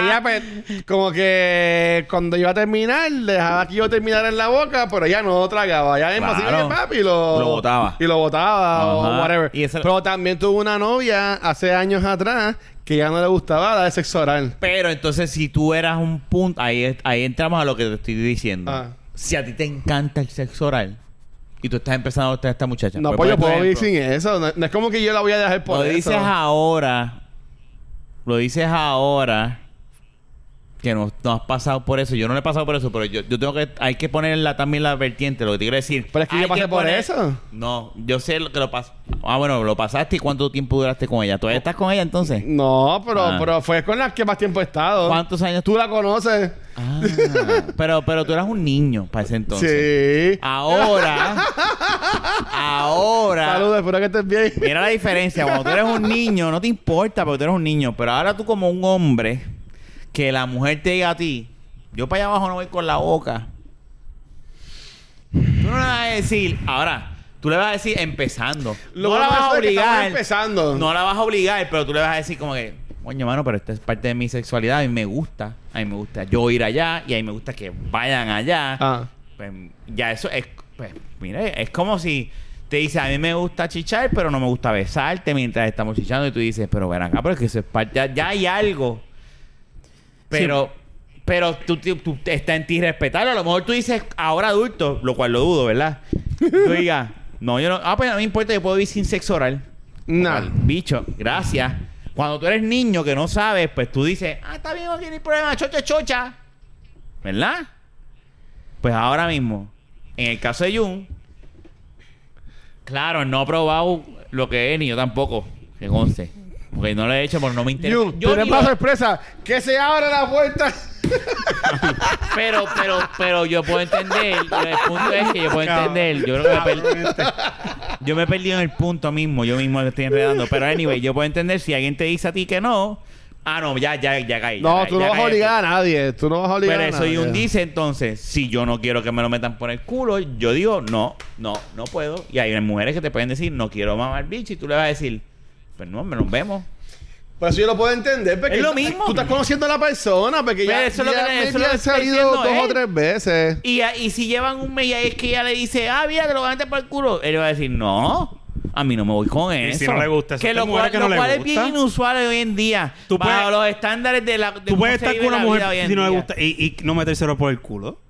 Speaker 2: ella pues, como que cuando iba a terminar, dejaba que yo terminara en la boca, pero ella no tragaba. Ella misma
Speaker 3: Claro.
Speaker 2: así, "Oye, papi, y lo,
Speaker 3: Lo botaba.
Speaker 2: Y lo botaba,
Speaker 3: Ajá.
Speaker 2: o whatever.
Speaker 3: Y esa-
Speaker 2: Pero también tuve una novia hace años atrás que ya no le gustaba dar sexo oral.
Speaker 3: Pero entonces, si tú eras un punto, ahí, es- ahí entramos a lo que te estoy diciendo.
Speaker 2: Ah.
Speaker 3: Si a ti te encanta el sexo oral y tú estás empezando a gustar a esta muchacha.
Speaker 2: No,
Speaker 3: por
Speaker 2: pues yo
Speaker 3: poner tu
Speaker 2: puedo vivir
Speaker 3: ejemplo,
Speaker 2: sin eso. No, no es como que yo la voy a dejar por
Speaker 3: Lo
Speaker 2: eso.
Speaker 3: dices ahora. Lo dices ahora. Que no, no has pasado por eso. Yo no le he pasado por eso, pero yo, yo tengo que. Hay que poner la, también la vertiente, lo que te quiero decir.
Speaker 2: Pero es que yo
Speaker 3: Hay
Speaker 2: pasé por eso.
Speaker 3: No, yo sé lo que lo pasé. Ah, bueno, lo pasaste y cuánto tiempo duraste con ella. ¿Todavía estás con ella entonces?
Speaker 2: No, pero,
Speaker 3: Ah.
Speaker 2: pero fue con las que más tiempo he estado.
Speaker 3: ¿Cuántos años
Speaker 2: Tú la conoces.
Speaker 3: Ah, pero, pero tú eras un niño para ese entonces. Ah.
Speaker 2: Sí.
Speaker 3: Ahora. ahora.
Speaker 2: Saludos, espero que estés bien.
Speaker 3: Mira la diferencia. Cuando tú eres un niño, no te importa porque tú eres un niño. Pero ahora tú, como un hombre, que la mujer te diga a ti: Yo para allá abajo no voy con la boca. Tú no le vas a decir. Ahora, tú le vas a decir empezando.
Speaker 2: Lo
Speaker 3: no la
Speaker 2: más
Speaker 3: vas a
Speaker 2: es que estamos
Speaker 3: obligar.
Speaker 2: empezando.
Speaker 3: No la vas a obligar, pero tú le vas a decir como que, coño, mano, pero esta es parte de mi sexualidad. A mí me gusta. A mí me gusta yo ir allá y a mí me gusta que vayan allá.
Speaker 2: Ah.
Speaker 3: Pues, ya eso es... Pues, mira, es como si te dice, a mí me gusta chichar, pero no me gusta besarte mientras estamos chichando. Y tú dices, pero ven acá, pero es que eso es parte... Ya, ya hay algo. Pero... Pero tú, tú- tú- está en ti respetarlo. A lo mejor tú dices ahora adulto, lo cual lo dudo, ¿verdad? Tú digas, no, yo no. Ah, pues no me importa, yo puedo vivir sin sexo oral.
Speaker 2: Nah.
Speaker 3: Al bicho, gracias. Cuando tú eres niño que no sabes, pues tú dices, ah, está bien, no tiene problema, chocha, chocha. ¿Verdad? Pues ahora mismo, en el caso de Jun, claro, no ha probado lo que es, ni yo tampoco, que conste. Porque no lo he hecho, porque no me interesa.
Speaker 2: Jun,
Speaker 3: Yo
Speaker 2: tienes
Speaker 3: ni
Speaker 2: para
Speaker 3: lo-
Speaker 2: sorpresa. Que se abra la puerta.
Speaker 3: pero, pero, pero yo puedo entender. El punto es que yo puedo entender. Yo creo que me perdí. Yo me he perdido en el punto mismo. Yo mismo lo estoy enredando. Pero, anyway, yo puedo entender si alguien te dice a ti que no. Ah, no, ya, ya, ya caí. ya
Speaker 2: No,
Speaker 3: caí,
Speaker 2: tú no
Speaker 3: ya
Speaker 2: vas a
Speaker 3: caí.
Speaker 2: obligar a nadie. Tú no vas a obligar
Speaker 3: Pero
Speaker 2: a
Speaker 3: eso
Speaker 2: nadie.
Speaker 3: y un dice, entonces, si yo no quiero que me lo metan por el culo, yo digo, no, no, no puedo. Y hay mujeres que te pueden decir, no quiero mamar bicho. Y tú le vas a decir, pues no, me nos vemos.
Speaker 2: Pero eso yo lo puedo entender. Porque
Speaker 3: Es lo mismo.
Speaker 2: Tú estás conociendo a la persona. Porque
Speaker 3: Pero
Speaker 2: ya,
Speaker 3: eso es lo
Speaker 2: ya
Speaker 3: que-
Speaker 2: maybe
Speaker 3: eso es lo que
Speaker 2: han
Speaker 3: está
Speaker 2: salido
Speaker 3: diciendo eh.
Speaker 2: dos o
Speaker 3: él.
Speaker 2: tres veces.
Speaker 3: Y, a- y si llevan un mes y ahí es que ella le dice, ah, mira, te lo van a meter por el culo. Él va a decir, no, a mí no me voy con eso.
Speaker 1: si no le gusta, eso
Speaker 3: Que
Speaker 1: hay
Speaker 3: lo
Speaker 1: mujeres
Speaker 3: cual,
Speaker 1: que no
Speaker 3: lo
Speaker 1: le
Speaker 3: cual es
Speaker 1: gusta.
Speaker 3: bien inusual hoy en día.
Speaker 1: Tú
Speaker 3: bajo
Speaker 1: puedes-
Speaker 3: los estándares de la. de
Speaker 1: Tú
Speaker 3: cómo
Speaker 1: puedes
Speaker 3: se
Speaker 1: estar
Speaker 3: vive
Speaker 1: con una
Speaker 3: la vida hoy
Speaker 1: mujer
Speaker 3: en
Speaker 1: si no le
Speaker 3: día.
Speaker 1: gusta y, y no metérselo por el culo.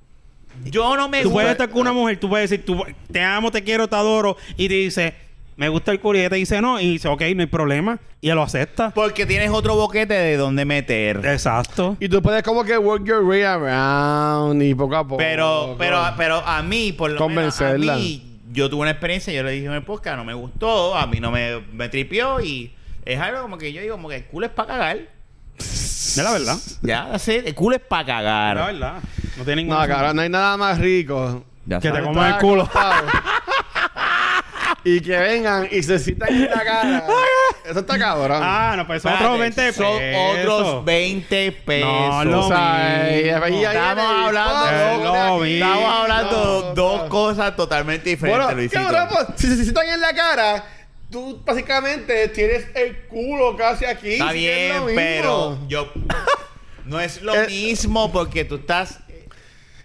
Speaker 3: Yo no me
Speaker 1: Tú
Speaker 3: gusta.
Speaker 1: puedes estar con una mujer, tú puedes decir, tú, te amo, te quiero, te adoro, y te dice, me gusta el culo y ella te dice no, y dice, ok, no hay problema, y él lo acepta.
Speaker 3: Porque tienes otro boquete de donde
Speaker 1: Eh,
Speaker 3: meter.
Speaker 1: Exacto.
Speaker 2: Y tú puedes como que work your way around y poco a poco.
Speaker 1: oh,
Speaker 3: Pero, pero, pero a mí, por lo menos
Speaker 2: Convencerla.
Speaker 3: a mí, yo tuve una experiencia, yo le dije en el podcast, no me gustó, a mí no me, me tripió y es algo como que yo digo, como que el culo es para cagar.
Speaker 1: Es la verdad.
Speaker 3: Ya, sé, el culo es para
Speaker 1: Es la
Speaker 3: cagar.
Speaker 1: verdad. No tiene ningún
Speaker 2: No, cabrón, no hay nada más rico.
Speaker 3: Ya
Speaker 1: Que te
Speaker 3: sabes.
Speaker 1: comas el culo.
Speaker 2: acostado y que vengan y se citan en la cara. Eso está cabrón.
Speaker 1: Ah, no, pues son otros 20
Speaker 3: Espérate,
Speaker 1: pesos.
Speaker 3: son otros 20 pesos.
Speaker 1: No,
Speaker 2: O
Speaker 1: lo
Speaker 2: sea,
Speaker 1: mismo.
Speaker 2: y- y- y- y-
Speaker 3: Estamos
Speaker 2: y-
Speaker 3: hablando-
Speaker 2: y-
Speaker 1: Es lo
Speaker 2: y-
Speaker 1: mismo.
Speaker 3: Estamos hablando
Speaker 2: No,
Speaker 3: dos
Speaker 2: no.
Speaker 3: cosas totalmente diferentes,
Speaker 2: Bueno,
Speaker 3: Luisito.
Speaker 2: cabrón, pues, si se citan en la cara, tú básicamente tienes el culo casi aquí.
Speaker 3: Está
Speaker 2: sí que es
Speaker 3: bien,
Speaker 2: lo mismo.
Speaker 3: pero yo no es lo
Speaker 2: Eh,
Speaker 3: mismo porque tú estás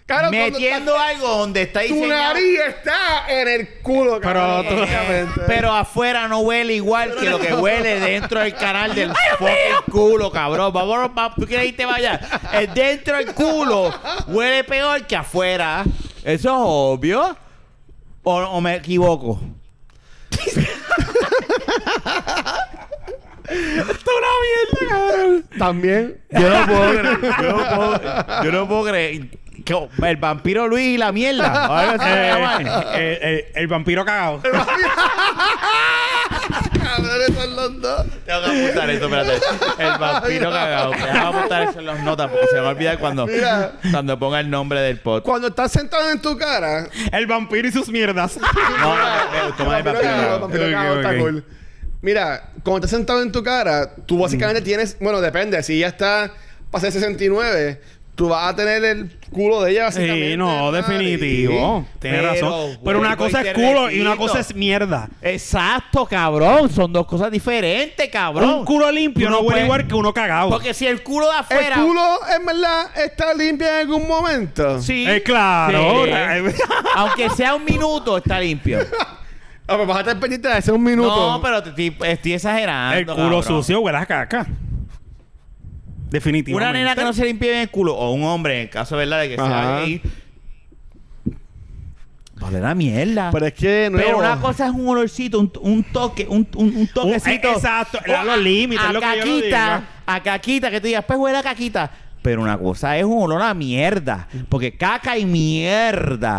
Speaker 2: Claro, cuando
Speaker 3: metiendo
Speaker 2: estás-
Speaker 3: algo donde está
Speaker 2: Tu
Speaker 3: diseñado.
Speaker 2: nariz está en el culo, cabrón.
Speaker 1: tú-
Speaker 2: básicamente.
Speaker 3: Pero afuera no huele igual que lo que huele dentro del canal del fucking culo, cabrón. Vámonos, pa- ¿tú quieres irte para allá? El dentro del culo huele peor que afuera. Eso es obvio. ¿O, o me equivoco?
Speaker 2: También.
Speaker 3: Yo no puedo creer. Yo no puedo, yo no puedo creer. que- el vampiro Luis y la mierda. o algo así se
Speaker 1: Eh,
Speaker 3: llama.
Speaker 1: eh, eh, el vampiro cagado.
Speaker 2: Cabrones son los dos.
Speaker 3: Tengo que apuntar eso, espérate. El vampiro cagado. Déjame apuntar eso en las notas porque se me va a olvidar cuando,
Speaker 2: Mira.
Speaker 3: cuando ponga el nombre del podcast.
Speaker 2: Cuando estás sentado en tu cara.
Speaker 1: El vampiro y sus mierdas.
Speaker 3: No, no, me gustó más eh,
Speaker 2: Vampiro
Speaker 3: el vampiro
Speaker 2: cagado,
Speaker 3: cagado.
Speaker 2: vampiro
Speaker 1: Ok,
Speaker 2: cagado, está
Speaker 1: ok.
Speaker 2: cool. Mira, cuando estás sentado en tu cara, tú básicamente
Speaker 3: Mm.
Speaker 2: tienes. Bueno, depende. Si ya está pasé 69, tú vas a tener el culo de ella, básicamente.
Speaker 1: Sí, no,
Speaker 2: ¿verdad?
Speaker 1: definitivo. Tienes
Speaker 3: Pero,
Speaker 1: razón. Pero una
Speaker 3: vuelvo y
Speaker 1: cosa es Eh,
Speaker 3: te
Speaker 1: culo y una
Speaker 3: repito.
Speaker 1: cosa es mierda.
Speaker 3: Exacto, cabrón. Son dos cosas diferentes, cabrón.
Speaker 1: Un culo limpio
Speaker 3: Tú
Speaker 1: no huele
Speaker 3: puedes-
Speaker 1: igual que uno cagado.
Speaker 3: Porque si el culo de
Speaker 2: Y El
Speaker 3: afuera.
Speaker 2: culo, en verdad, está limpio en algún momento.
Speaker 3: Sí.
Speaker 1: Eh, claro. eh,
Speaker 3: Sí. Aunque sea un minuto, está limpio.
Speaker 2: Ah, pero vas a estar pendiente de hace un minuto.
Speaker 3: No, pero te estoy, estoy exagerando.
Speaker 1: El culo
Speaker 3: cabrón.
Speaker 1: sucio huele a caca. Definitivamente.
Speaker 3: Una nena que no se limpie bien el culo, o un hombre, en el caso verdad de que sea
Speaker 2: Ajá.
Speaker 3: gay. Vale la mierda.
Speaker 2: Pero es que, de nuevo,
Speaker 3: Pero una cosa es un olorcito, un, un toque, un, un, un toquecito. Oh,
Speaker 1: eh, exacto, le da los límites,
Speaker 3: a
Speaker 1: es lo que yo
Speaker 3: caquita,
Speaker 1: no diga.
Speaker 3: A caquita, que tú digas, pues huele a caquita. Pero una cosa es un olor a mierda. Porque caca y mierda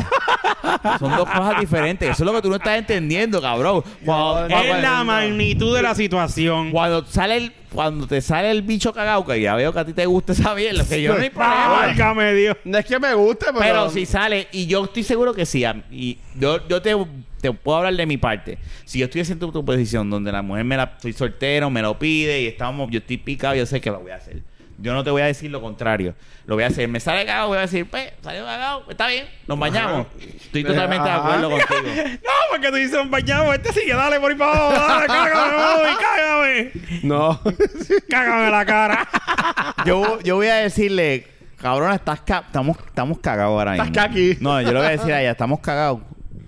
Speaker 3: son dos cosas diferentes. Eso es lo que tú no estás entendiendo, cabrón. Cuando,
Speaker 1: Es
Speaker 3: cuando-
Speaker 1: la magnitud de la situación.
Speaker 3: cuando sale el, cuando te sale el bicho cagao, que ya veo que a ti te gusta esa mierda, que
Speaker 1: Ah,
Speaker 3: yo no hay problema.
Speaker 1: Válgame Dios.
Speaker 2: no es que me guste, pero.
Speaker 3: Pero si sale, y yo estoy seguro que sí. a- Y yo, yo te, te puedo hablar de mi parte. Si yo estoy haciendo tu posición donde la mujer me la soy soltero, me lo pide y estamos, yo estoy picado, yo sé que lo voy a hacer. Yo no te voy a decir lo contrario. Lo voy a hacer. Me sale cagado, voy a decir, pues, salió cagado, está bien, nos bañamos. Estoy totalmente de
Speaker 2: Ajá.
Speaker 3: acuerdo contigo.
Speaker 1: No, porque tú dices un bañado. Este sigue, dale por ahí para abajo. Dale, cágame, mami, cágame.
Speaker 2: No.
Speaker 1: Cágame la cara.
Speaker 3: Yo, yo voy a decirle, cabrona, estás ca- estamos, estamos cagados ahora
Speaker 2: Estás
Speaker 3: mismo.
Speaker 2: caqui.
Speaker 3: No, yo le voy a decir a ella, estamos cagados.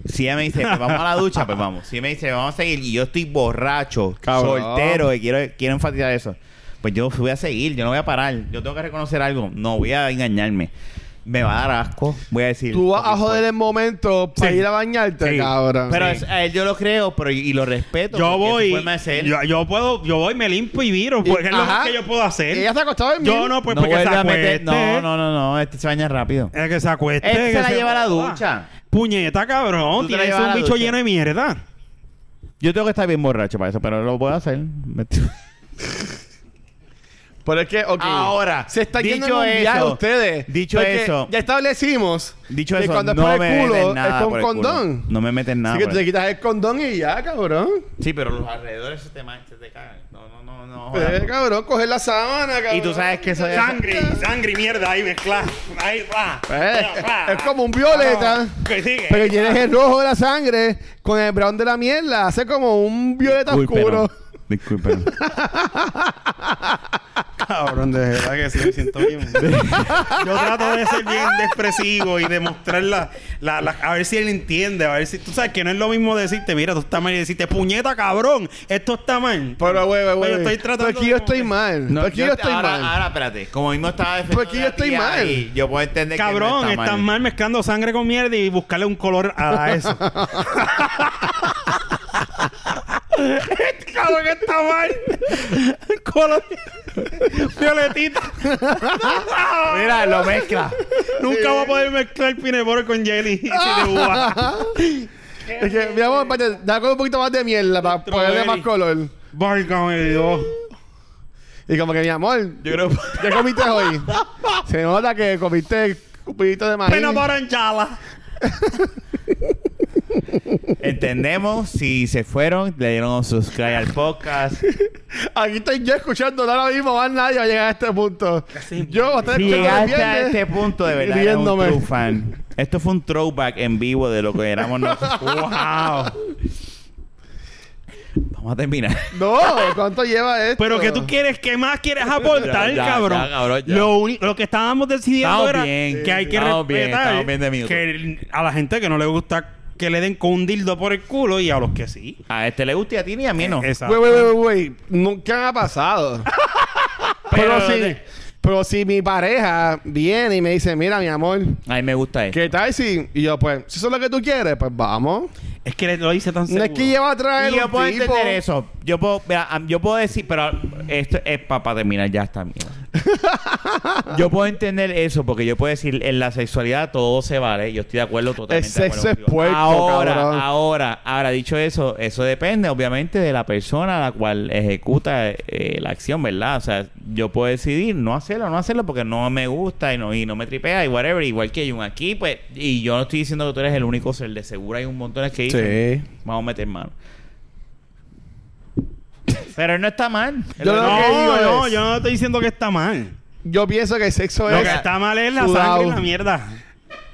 Speaker 3: Si ella me dice, "Pues vamos a la ducha, pues vamos. Si ella me dice, vamos a seguir, y yo estoy borracho,
Speaker 2: Cabrón.
Speaker 3: soltero, y quiero, quiero enfatizar eso, pues yo voy a seguir, yo no voy a parar. Yo tengo que reconocer algo. No voy a engañarme. Me va a dar asco. Voy a decir.
Speaker 2: Tú vas a
Speaker 3: "Ok,
Speaker 2: joder
Speaker 3: pues".
Speaker 2: el momento para
Speaker 1: Sí.
Speaker 2: ir a bañarte,
Speaker 1: Sí.
Speaker 2: cabrón.
Speaker 3: Pero es- a él yo lo creo pero, y y lo respeto.
Speaker 1: Yo
Speaker 3: porque es su
Speaker 1: voy.
Speaker 3: forma de ser.
Speaker 1: Yo, yo puedo, yo voy, me limpio y viro.
Speaker 2: Y-
Speaker 1: Porque es lo
Speaker 2: ajá.
Speaker 1: más que yo puedo hacer.
Speaker 2: Ella está acostada en mí.
Speaker 1: Yo no, pues
Speaker 3: no,
Speaker 1: porque se
Speaker 3: vuelve a
Speaker 1: acueste.
Speaker 3: meter- no, no, no, no. Este se baña rápido.
Speaker 1: Es que se acueste.
Speaker 3: Este
Speaker 1: que
Speaker 3: se la lleva a la
Speaker 1: joda.
Speaker 3: ducha.
Speaker 1: Puñeta, cabrón.
Speaker 3: Tú te la
Speaker 1: Tienes
Speaker 3: llevas a
Speaker 1: un
Speaker 3: la
Speaker 1: bicho
Speaker 3: ducha.
Speaker 1: lleno de mierda.
Speaker 3: Yo tengo que estar bien borracho para eso, pero lo puedo hacer. Me-
Speaker 2: Pero es que, ok.
Speaker 3: Ahora,
Speaker 2: se está
Speaker 3: dicho
Speaker 2: yendo en un viaje
Speaker 3: eso,
Speaker 2: ustedes.
Speaker 3: dicho
Speaker 2: Porque
Speaker 3: eso.
Speaker 2: Ya establecimos
Speaker 3: Dicho
Speaker 2: que
Speaker 3: eso,
Speaker 2: cuando es
Speaker 3: no
Speaker 2: por
Speaker 3: me
Speaker 2: el
Speaker 3: meten
Speaker 2: culo
Speaker 3: nada
Speaker 2: es con
Speaker 3: por el culo.
Speaker 2: condón.
Speaker 3: No me meten nada.
Speaker 2: Así que
Speaker 3: por
Speaker 2: tú te
Speaker 3: el-
Speaker 2: quitas el condón y ya, cabrón.
Speaker 3: Sí, pero los alrededores se te, ma- se te cagan. No, no, no, no.
Speaker 2: Pues,
Speaker 3: jodas.
Speaker 2: cabrón, coger la sábana, cabrón.
Speaker 3: Y tú sabes que eso es...
Speaker 1: Sangre, sangre y mierda ahí mezcla. Ahí va.
Speaker 2: Eh, es como un violeta.
Speaker 1: ¿Qué sigue?
Speaker 2: Pero tienes el rojo de la sangre con el brown de la mierda. Hace como un violeta oscuro.
Speaker 3: Disculpen.
Speaker 1: Cabrón, de verdad que sí, me siento bien. Yo trato de ser bien expresivo y demostrar la, la, la- A ver si él entiende, a ver si... Tú sabes que no es lo mismo decirte, mira, tú estás mal, y decirte, puñeta, cabrón, esto está mal.
Speaker 2: Pero, güey, güey, güey.
Speaker 1: Pero estoy tratando
Speaker 2: Porque
Speaker 1: de
Speaker 2: yo
Speaker 1: como
Speaker 2: estoy
Speaker 1: que-
Speaker 2: mal. Porque yo estoy
Speaker 3: pues ahora,
Speaker 2: mal.
Speaker 3: Ahora, espérate. Como mismo estaba defendiendo
Speaker 2: Porque yo
Speaker 3: a ti
Speaker 2: estoy mal.
Speaker 3: ahí, Yo puedo entender
Speaker 1: Cabrón,
Speaker 3: que no
Speaker 1: estás mal mezclando sangre con mierda y buscarle un color a a eso. Este cabrón está mal. Color. Violetita.
Speaker 3: Mira, lo mezcla.
Speaker 1: Nunca va a poder mezclar pineboro con jelly. y de uva.
Speaker 2: Es que, mi amor, espérate, da con un poquito más de mierda para ponerle más color.
Speaker 1: Válgame Dios.
Speaker 2: Y como que, mi amor,
Speaker 1: Yo creo.
Speaker 2: ¿qué comiste hoy? Se nota que comiste un poquito de maíz.
Speaker 1: Pena paranchala.
Speaker 3: Entendemos si se fueron, le dieron subscribe al podcast.
Speaker 2: Aquí estoy yo escuchando, no ahora mismo más nadie va a llegar a este punto. yo voy a estar escuchando
Speaker 3: Si
Speaker 2: el
Speaker 3: llegaste a
Speaker 2: viernes
Speaker 3: este punto, de verdad, eres un
Speaker 2: riéndome.
Speaker 3: true fan. Esto fue un throwback en vivo de lo que éramos nosotros. ¡Wow! Vamos a terminar.
Speaker 2: No, ¿cuánto lleva esto?
Speaker 1: Pero que tú quieres, ¿qué más quieres aportar,
Speaker 3: Ya, ya,
Speaker 1: cabrón?
Speaker 3: ya, cabrón, ya.
Speaker 1: Lo, uni- lo que estábamos decidiendo
Speaker 3: Estamos
Speaker 1: era
Speaker 3: bien.
Speaker 1: que hay que
Speaker 3: Estamos bien,
Speaker 1: respetar
Speaker 3: estamos bien de minuto.
Speaker 1: que a la gente que no le gusta que le den con un dildo por el culo y a los que sí.
Speaker 3: A este le gusta y a ti ni a mí no.
Speaker 1: Exacto.
Speaker 2: Güey, güey, güey, güey, nunca ha pasado. pero,
Speaker 3: Pero
Speaker 2: si,
Speaker 3: de-
Speaker 2: pero si mi pareja viene y me dice, mira, mi amor,
Speaker 3: A mí me gusta esto.
Speaker 2: ¿qué tal si...? Y yo, pues, si eso es lo que tú quieres, pues vamos.
Speaker 1: Es que lo dice tan
Speaker 2: No
Speaker 1: seguro.
Speaker 2: es que lleva a traer
Speaker 3: Y yo
Speaker 2: un
Speaker 3: puedo
Speaker 2: tipo.
Speaker 3: entender eso. Yo puedo, mira, am- yo puedo decir, pero esto es para terminar ya esta mierda. yo puedo entender eso porque yo puedo decir, en la sexualidad todo se vale. Yo estoy de acuerdo totalmente.
Speaker 2: El
Speaker 3: de acuerdo
Speaker 2: sexo es
Speaker 3: contigo.
Speaker 2: puerco,
Speaker 3: ahora,
Speaker 2: cabrón.
Speaker 3: ahora, ahora, dicho eso, eso depende obviamente de la persona a la cual ejecuta eh, la acción, ¿verdad? O sea, yo puedo decidir no hacerlo o no hacerlo porque no me gusta y no, y no me tripea y whatever. Igual que hay un aquí, pues, y yo no estoy diciendo que tú eres el único ser. De seguro hay un montón de que dicen,
Speaker 2: Sí.
Speaker 3: Vamos a meter mano. Pero no está mal.
Speaker 2: Yo lo
Speaker 1: no,
Speaker 2: que digo
Speaker 1: no,
Speaker 2: es-
Speaker 1: yo no estoy diciendo que está mal.
Speaker 2: Yo pienso que el sexo
Speaker 1: Lo
Speaker 2: es...
Speaker 1: que está mal es la
Speaker 2: Pues, sudado.
Speaker 1: sangre y la mierda.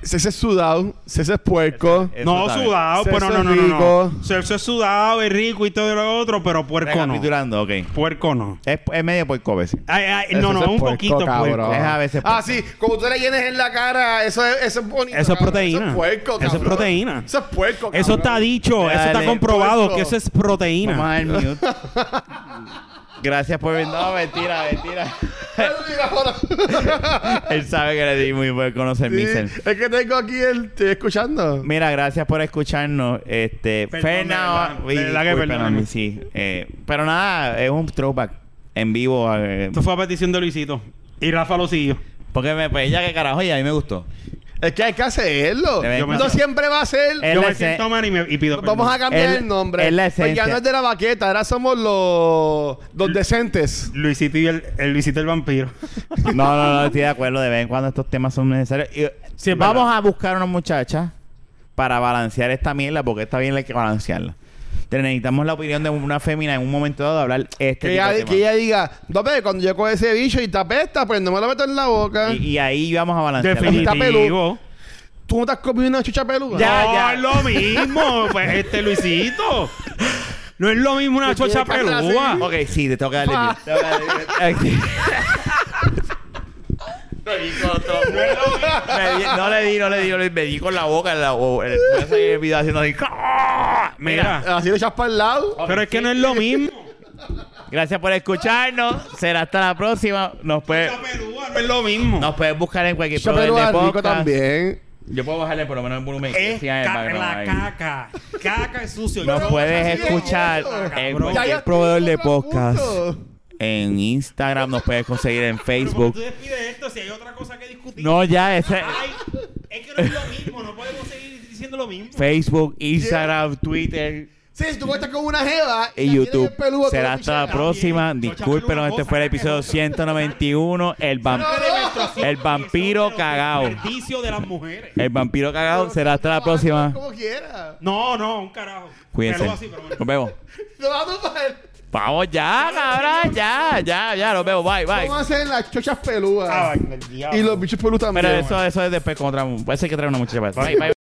Speaker 2: Sexo es sudado, sexo es puerco.
Speaker 3: Eso
Speaker 1: no,
Speaker 3: está bien.
Speaker 1: sudado,
Speaker 2: Sexo
Speaker 1: pero no,
Speaker 2: es
Speaker 1: no, no, no.
Speaker 2: rico.
Speaker 1: Sexo es sudado, es rico y todo lo otro, pero puerco no.
Speaker 3: Recapitulando, ok.
Speaker 1: Puerco no.
Speaker 3: Es, es medio puerco a veces.
Speaker 1: Ay, ay,
Speaker 2: Eso
Speaker 1: no, no,
Speaker 2: Eh, es
Speaker 1: un
Speaker 2: puerco,
Speaker 1: poquito puerco.
Speaker 2: cabrón.
Speaker 3: Es a veces
Speaker 2: Ah,
Speaker 3: puerco.
Speaker 2: sí, como tú le llenes en la cara, eso es, eso es bonito.
Speaker 1: Eso es
Speaker 2: cabrón.
Speaker 1: proteína.
Speaker 2: Eso es puerco,
Speaker 1: Eso es
Speaker 2: cabrón.
Speaker 1: proteína.
Speaker 2: Eso es puerco, cabrón.
Speaker 1: Eso está dicho, eso está
Speaker 3: Dale,
Speaker 1: comprobado
Speaker 2: puerco.
Speaker 1: que eso es proteína.
Speaker 3: Vamos a dar mute. Gracias por venir. No, mentira, mentira. Él sabe que le di muy buen conocer
Speaker 2: Sí,
Speaker 3: Mixer.
Speaker 2: es que tengo aquí el. Estoy escuchando.
Speaker 3: Mira, gracias por escucharnos. Este,
Speaker 1: Perdón, de
Speaker 3: Fernando.
Speaker 1: verdad, de verdad que
Speaker 3: Uy,
Speaker 1: perdóname.
Speaker 3: perdóname, Sí. Eh, pero nada, es un throwback en vivo. eh,
Speaker 1: Esto fue a petición de Luisito. Y Rafa lo siguió.
Speaker 3: porque me pues ya que carajo, y a mí me gustó.
Speaker 2: Es que hay que hacerlo.
Speaker 3: De vez en
Speaker 2: No
Speaker 3: cuando.
Speaker 2: siempre va a ser.
Speaker 3: Es
Speaker 1: Yo
Speaker 3: la
Speaker 1: me siento
Speaker 3: ese-
Speaker 1: mal y, me, y pido perdón.
Speaker 2: Vamos a cambiar
Speaker 3: es-
Speaker 2: el nombre.
Speaker 3: es la
Speaker 2: Porque ya
Speaker 3: esencia.
Speaker 2: no es de la baqueta, ahora somos los, los decentes.
Speaker 1: Luisito y el, el Luisito el vampiro.
Speaker 3: No, no, no, estoy de acuerdo. De vez en cuando estos temas son necesarios. Y,
Speaker 1: Sí, es
Speaker 3: vamos
Speaker 1: verdad.
Speaker 3: a buscar una muchacha para balancear esta mierda, porque esta bien hay que balancearla. Te necesitamos la opinión de una fémina en un momento dado de hablar este
Speaker 2: Que
Speaker 3: tipo
Speaker 2: ella,
Speaker 3: de
Speaker 2: que
Speaker 3: temas.
Speaker 2: ella diga, no, pero cuando yo cojo ese bicho y te apesta, pues no me lo meto en la boca.
Speaker 3: Y, y ahí vamos a balancear.
Speaker 2: Definitivamente.
Speaker 1: Definitivo.
Speaker 2: ¿Tú no te has comido una chucha peluda?
Speaker 3: Ya,
Speaker 1: no,
Speaker 3: ya.
Speaker 1: es lo mismo. pues este Luisito. No es lo mismo una
Speaker 2: Tú tienes
Speaker 1: chocha
Speaker 2: que hacer
Speaker 1: pelúa.
Speaker 3: Ok, sí, te tengo que darle
Speaker 1: Ah.
Speaker 2: Pa.
Speaker 3: mute. Tengo que darle mute. Me di- No le di, no le di, no le di. Me di con la boca en la o- en el- voy a salir en el video haciendo así.
Speaker 1: Mira.
Speaker 2: Así lo echas para el lado.
Speaker 1: Pero es que no es lo mismo.
Speaker 3: Gracias por escucharnos. Será hasta la próxima. Nos puedes,
Speaker 1: Chocha pelúa no es lo mismo.
Speaker 3: nos puedes buscar en cualquier
Speaker 2: Chucha
Speaker 3: proveedor de
Speaker 2: peluda es rico
Speaker 3: podcast.
Speaker 2: también.
Speaker 3: Yo puedo bajarle por lo menos el volumen. que
Speaker 1: es
Speaker 3: siga en el
Speaker 1: ca-
Speaker 3: background
Speaker 1: la
Speaker 3: ahí.
Speaker 1: caca. Caca es sucio.
Speaker 3: Nos
Speaker 1: Yo-
Speaker 3: puedes
Speaker 2: así es,
Speaker 3: escuchar
Speaker 2: eso,
Speaker 3: en
Speaker 1: cabrón.
Speaker 2: Ya, ya
Speaker 3: cualquier
Speaker 2: estoy
Speaker 3: proveedor de
Speaker 2: en otro
Speaker 3: podcast.
Speaker 2: punto.
Speaker 3: En Instagram nos puedes conseguir en
Speaker 1: Pero ¿por
Speaker 3: Facebook.
Speaker 1: qué tú despides esto si hay otra cosa que discutir.
Speaker 3: No, ya, ese.
Speaker 1: Ay, es que no es lo mismo. No podemos seguir diciendo lo mismo.
Speaker 3: Facebook, Instagram, Twitter
Speaker 2: Sí, si tú cuentas con una jeva
Speaker 3: y
Speaker 2: la
Speaker 3: YouTube.
Speaker 2: tienes peluda, tú
Speaker 3: Será
Speaker 2: la
Speaker 3: hasta la
Speaker 2: pichas.
Speaker 3: próxima.
Speaker 1: También.
Speaker 3: Discúlpenos, este fue el episodio 191. El vampiro.
Speaker 1: Sangre de menstruación,
Speaker 3: El vampiro
Speaker 1: que son de los
Speaker 3: cagao.
Speaker 1: desperdicios de las mujeres.
Speaker 3: El vampiro cagado. Será hasta la
Speaker 2: Tú vas a tomar
Speaker 3: próxima.
Speaker 2: Como quieras.
Speaker 1: No, no, un carajo.
Speaker 3: Cuídense.
Speaker 1: Peludo así, pero bueno.
Speaker 2: Ah,
Speaker 3: Nos vemos.
Speaker 2: Lo vas a tomar.
Speaker 3: Vamos ya, cabrón. Ya, ya, ya. Nos vemos. Bye, bye.
Speaker 2: Vamos a hacer las chochas peludas.
Speaker 1: Ah, el diablo.
Speaker 2: y los bichos peludos también.
Speaker 3: Pero eso, eso es después con otra. Parece que trae una muchacha. para- Bye, bye.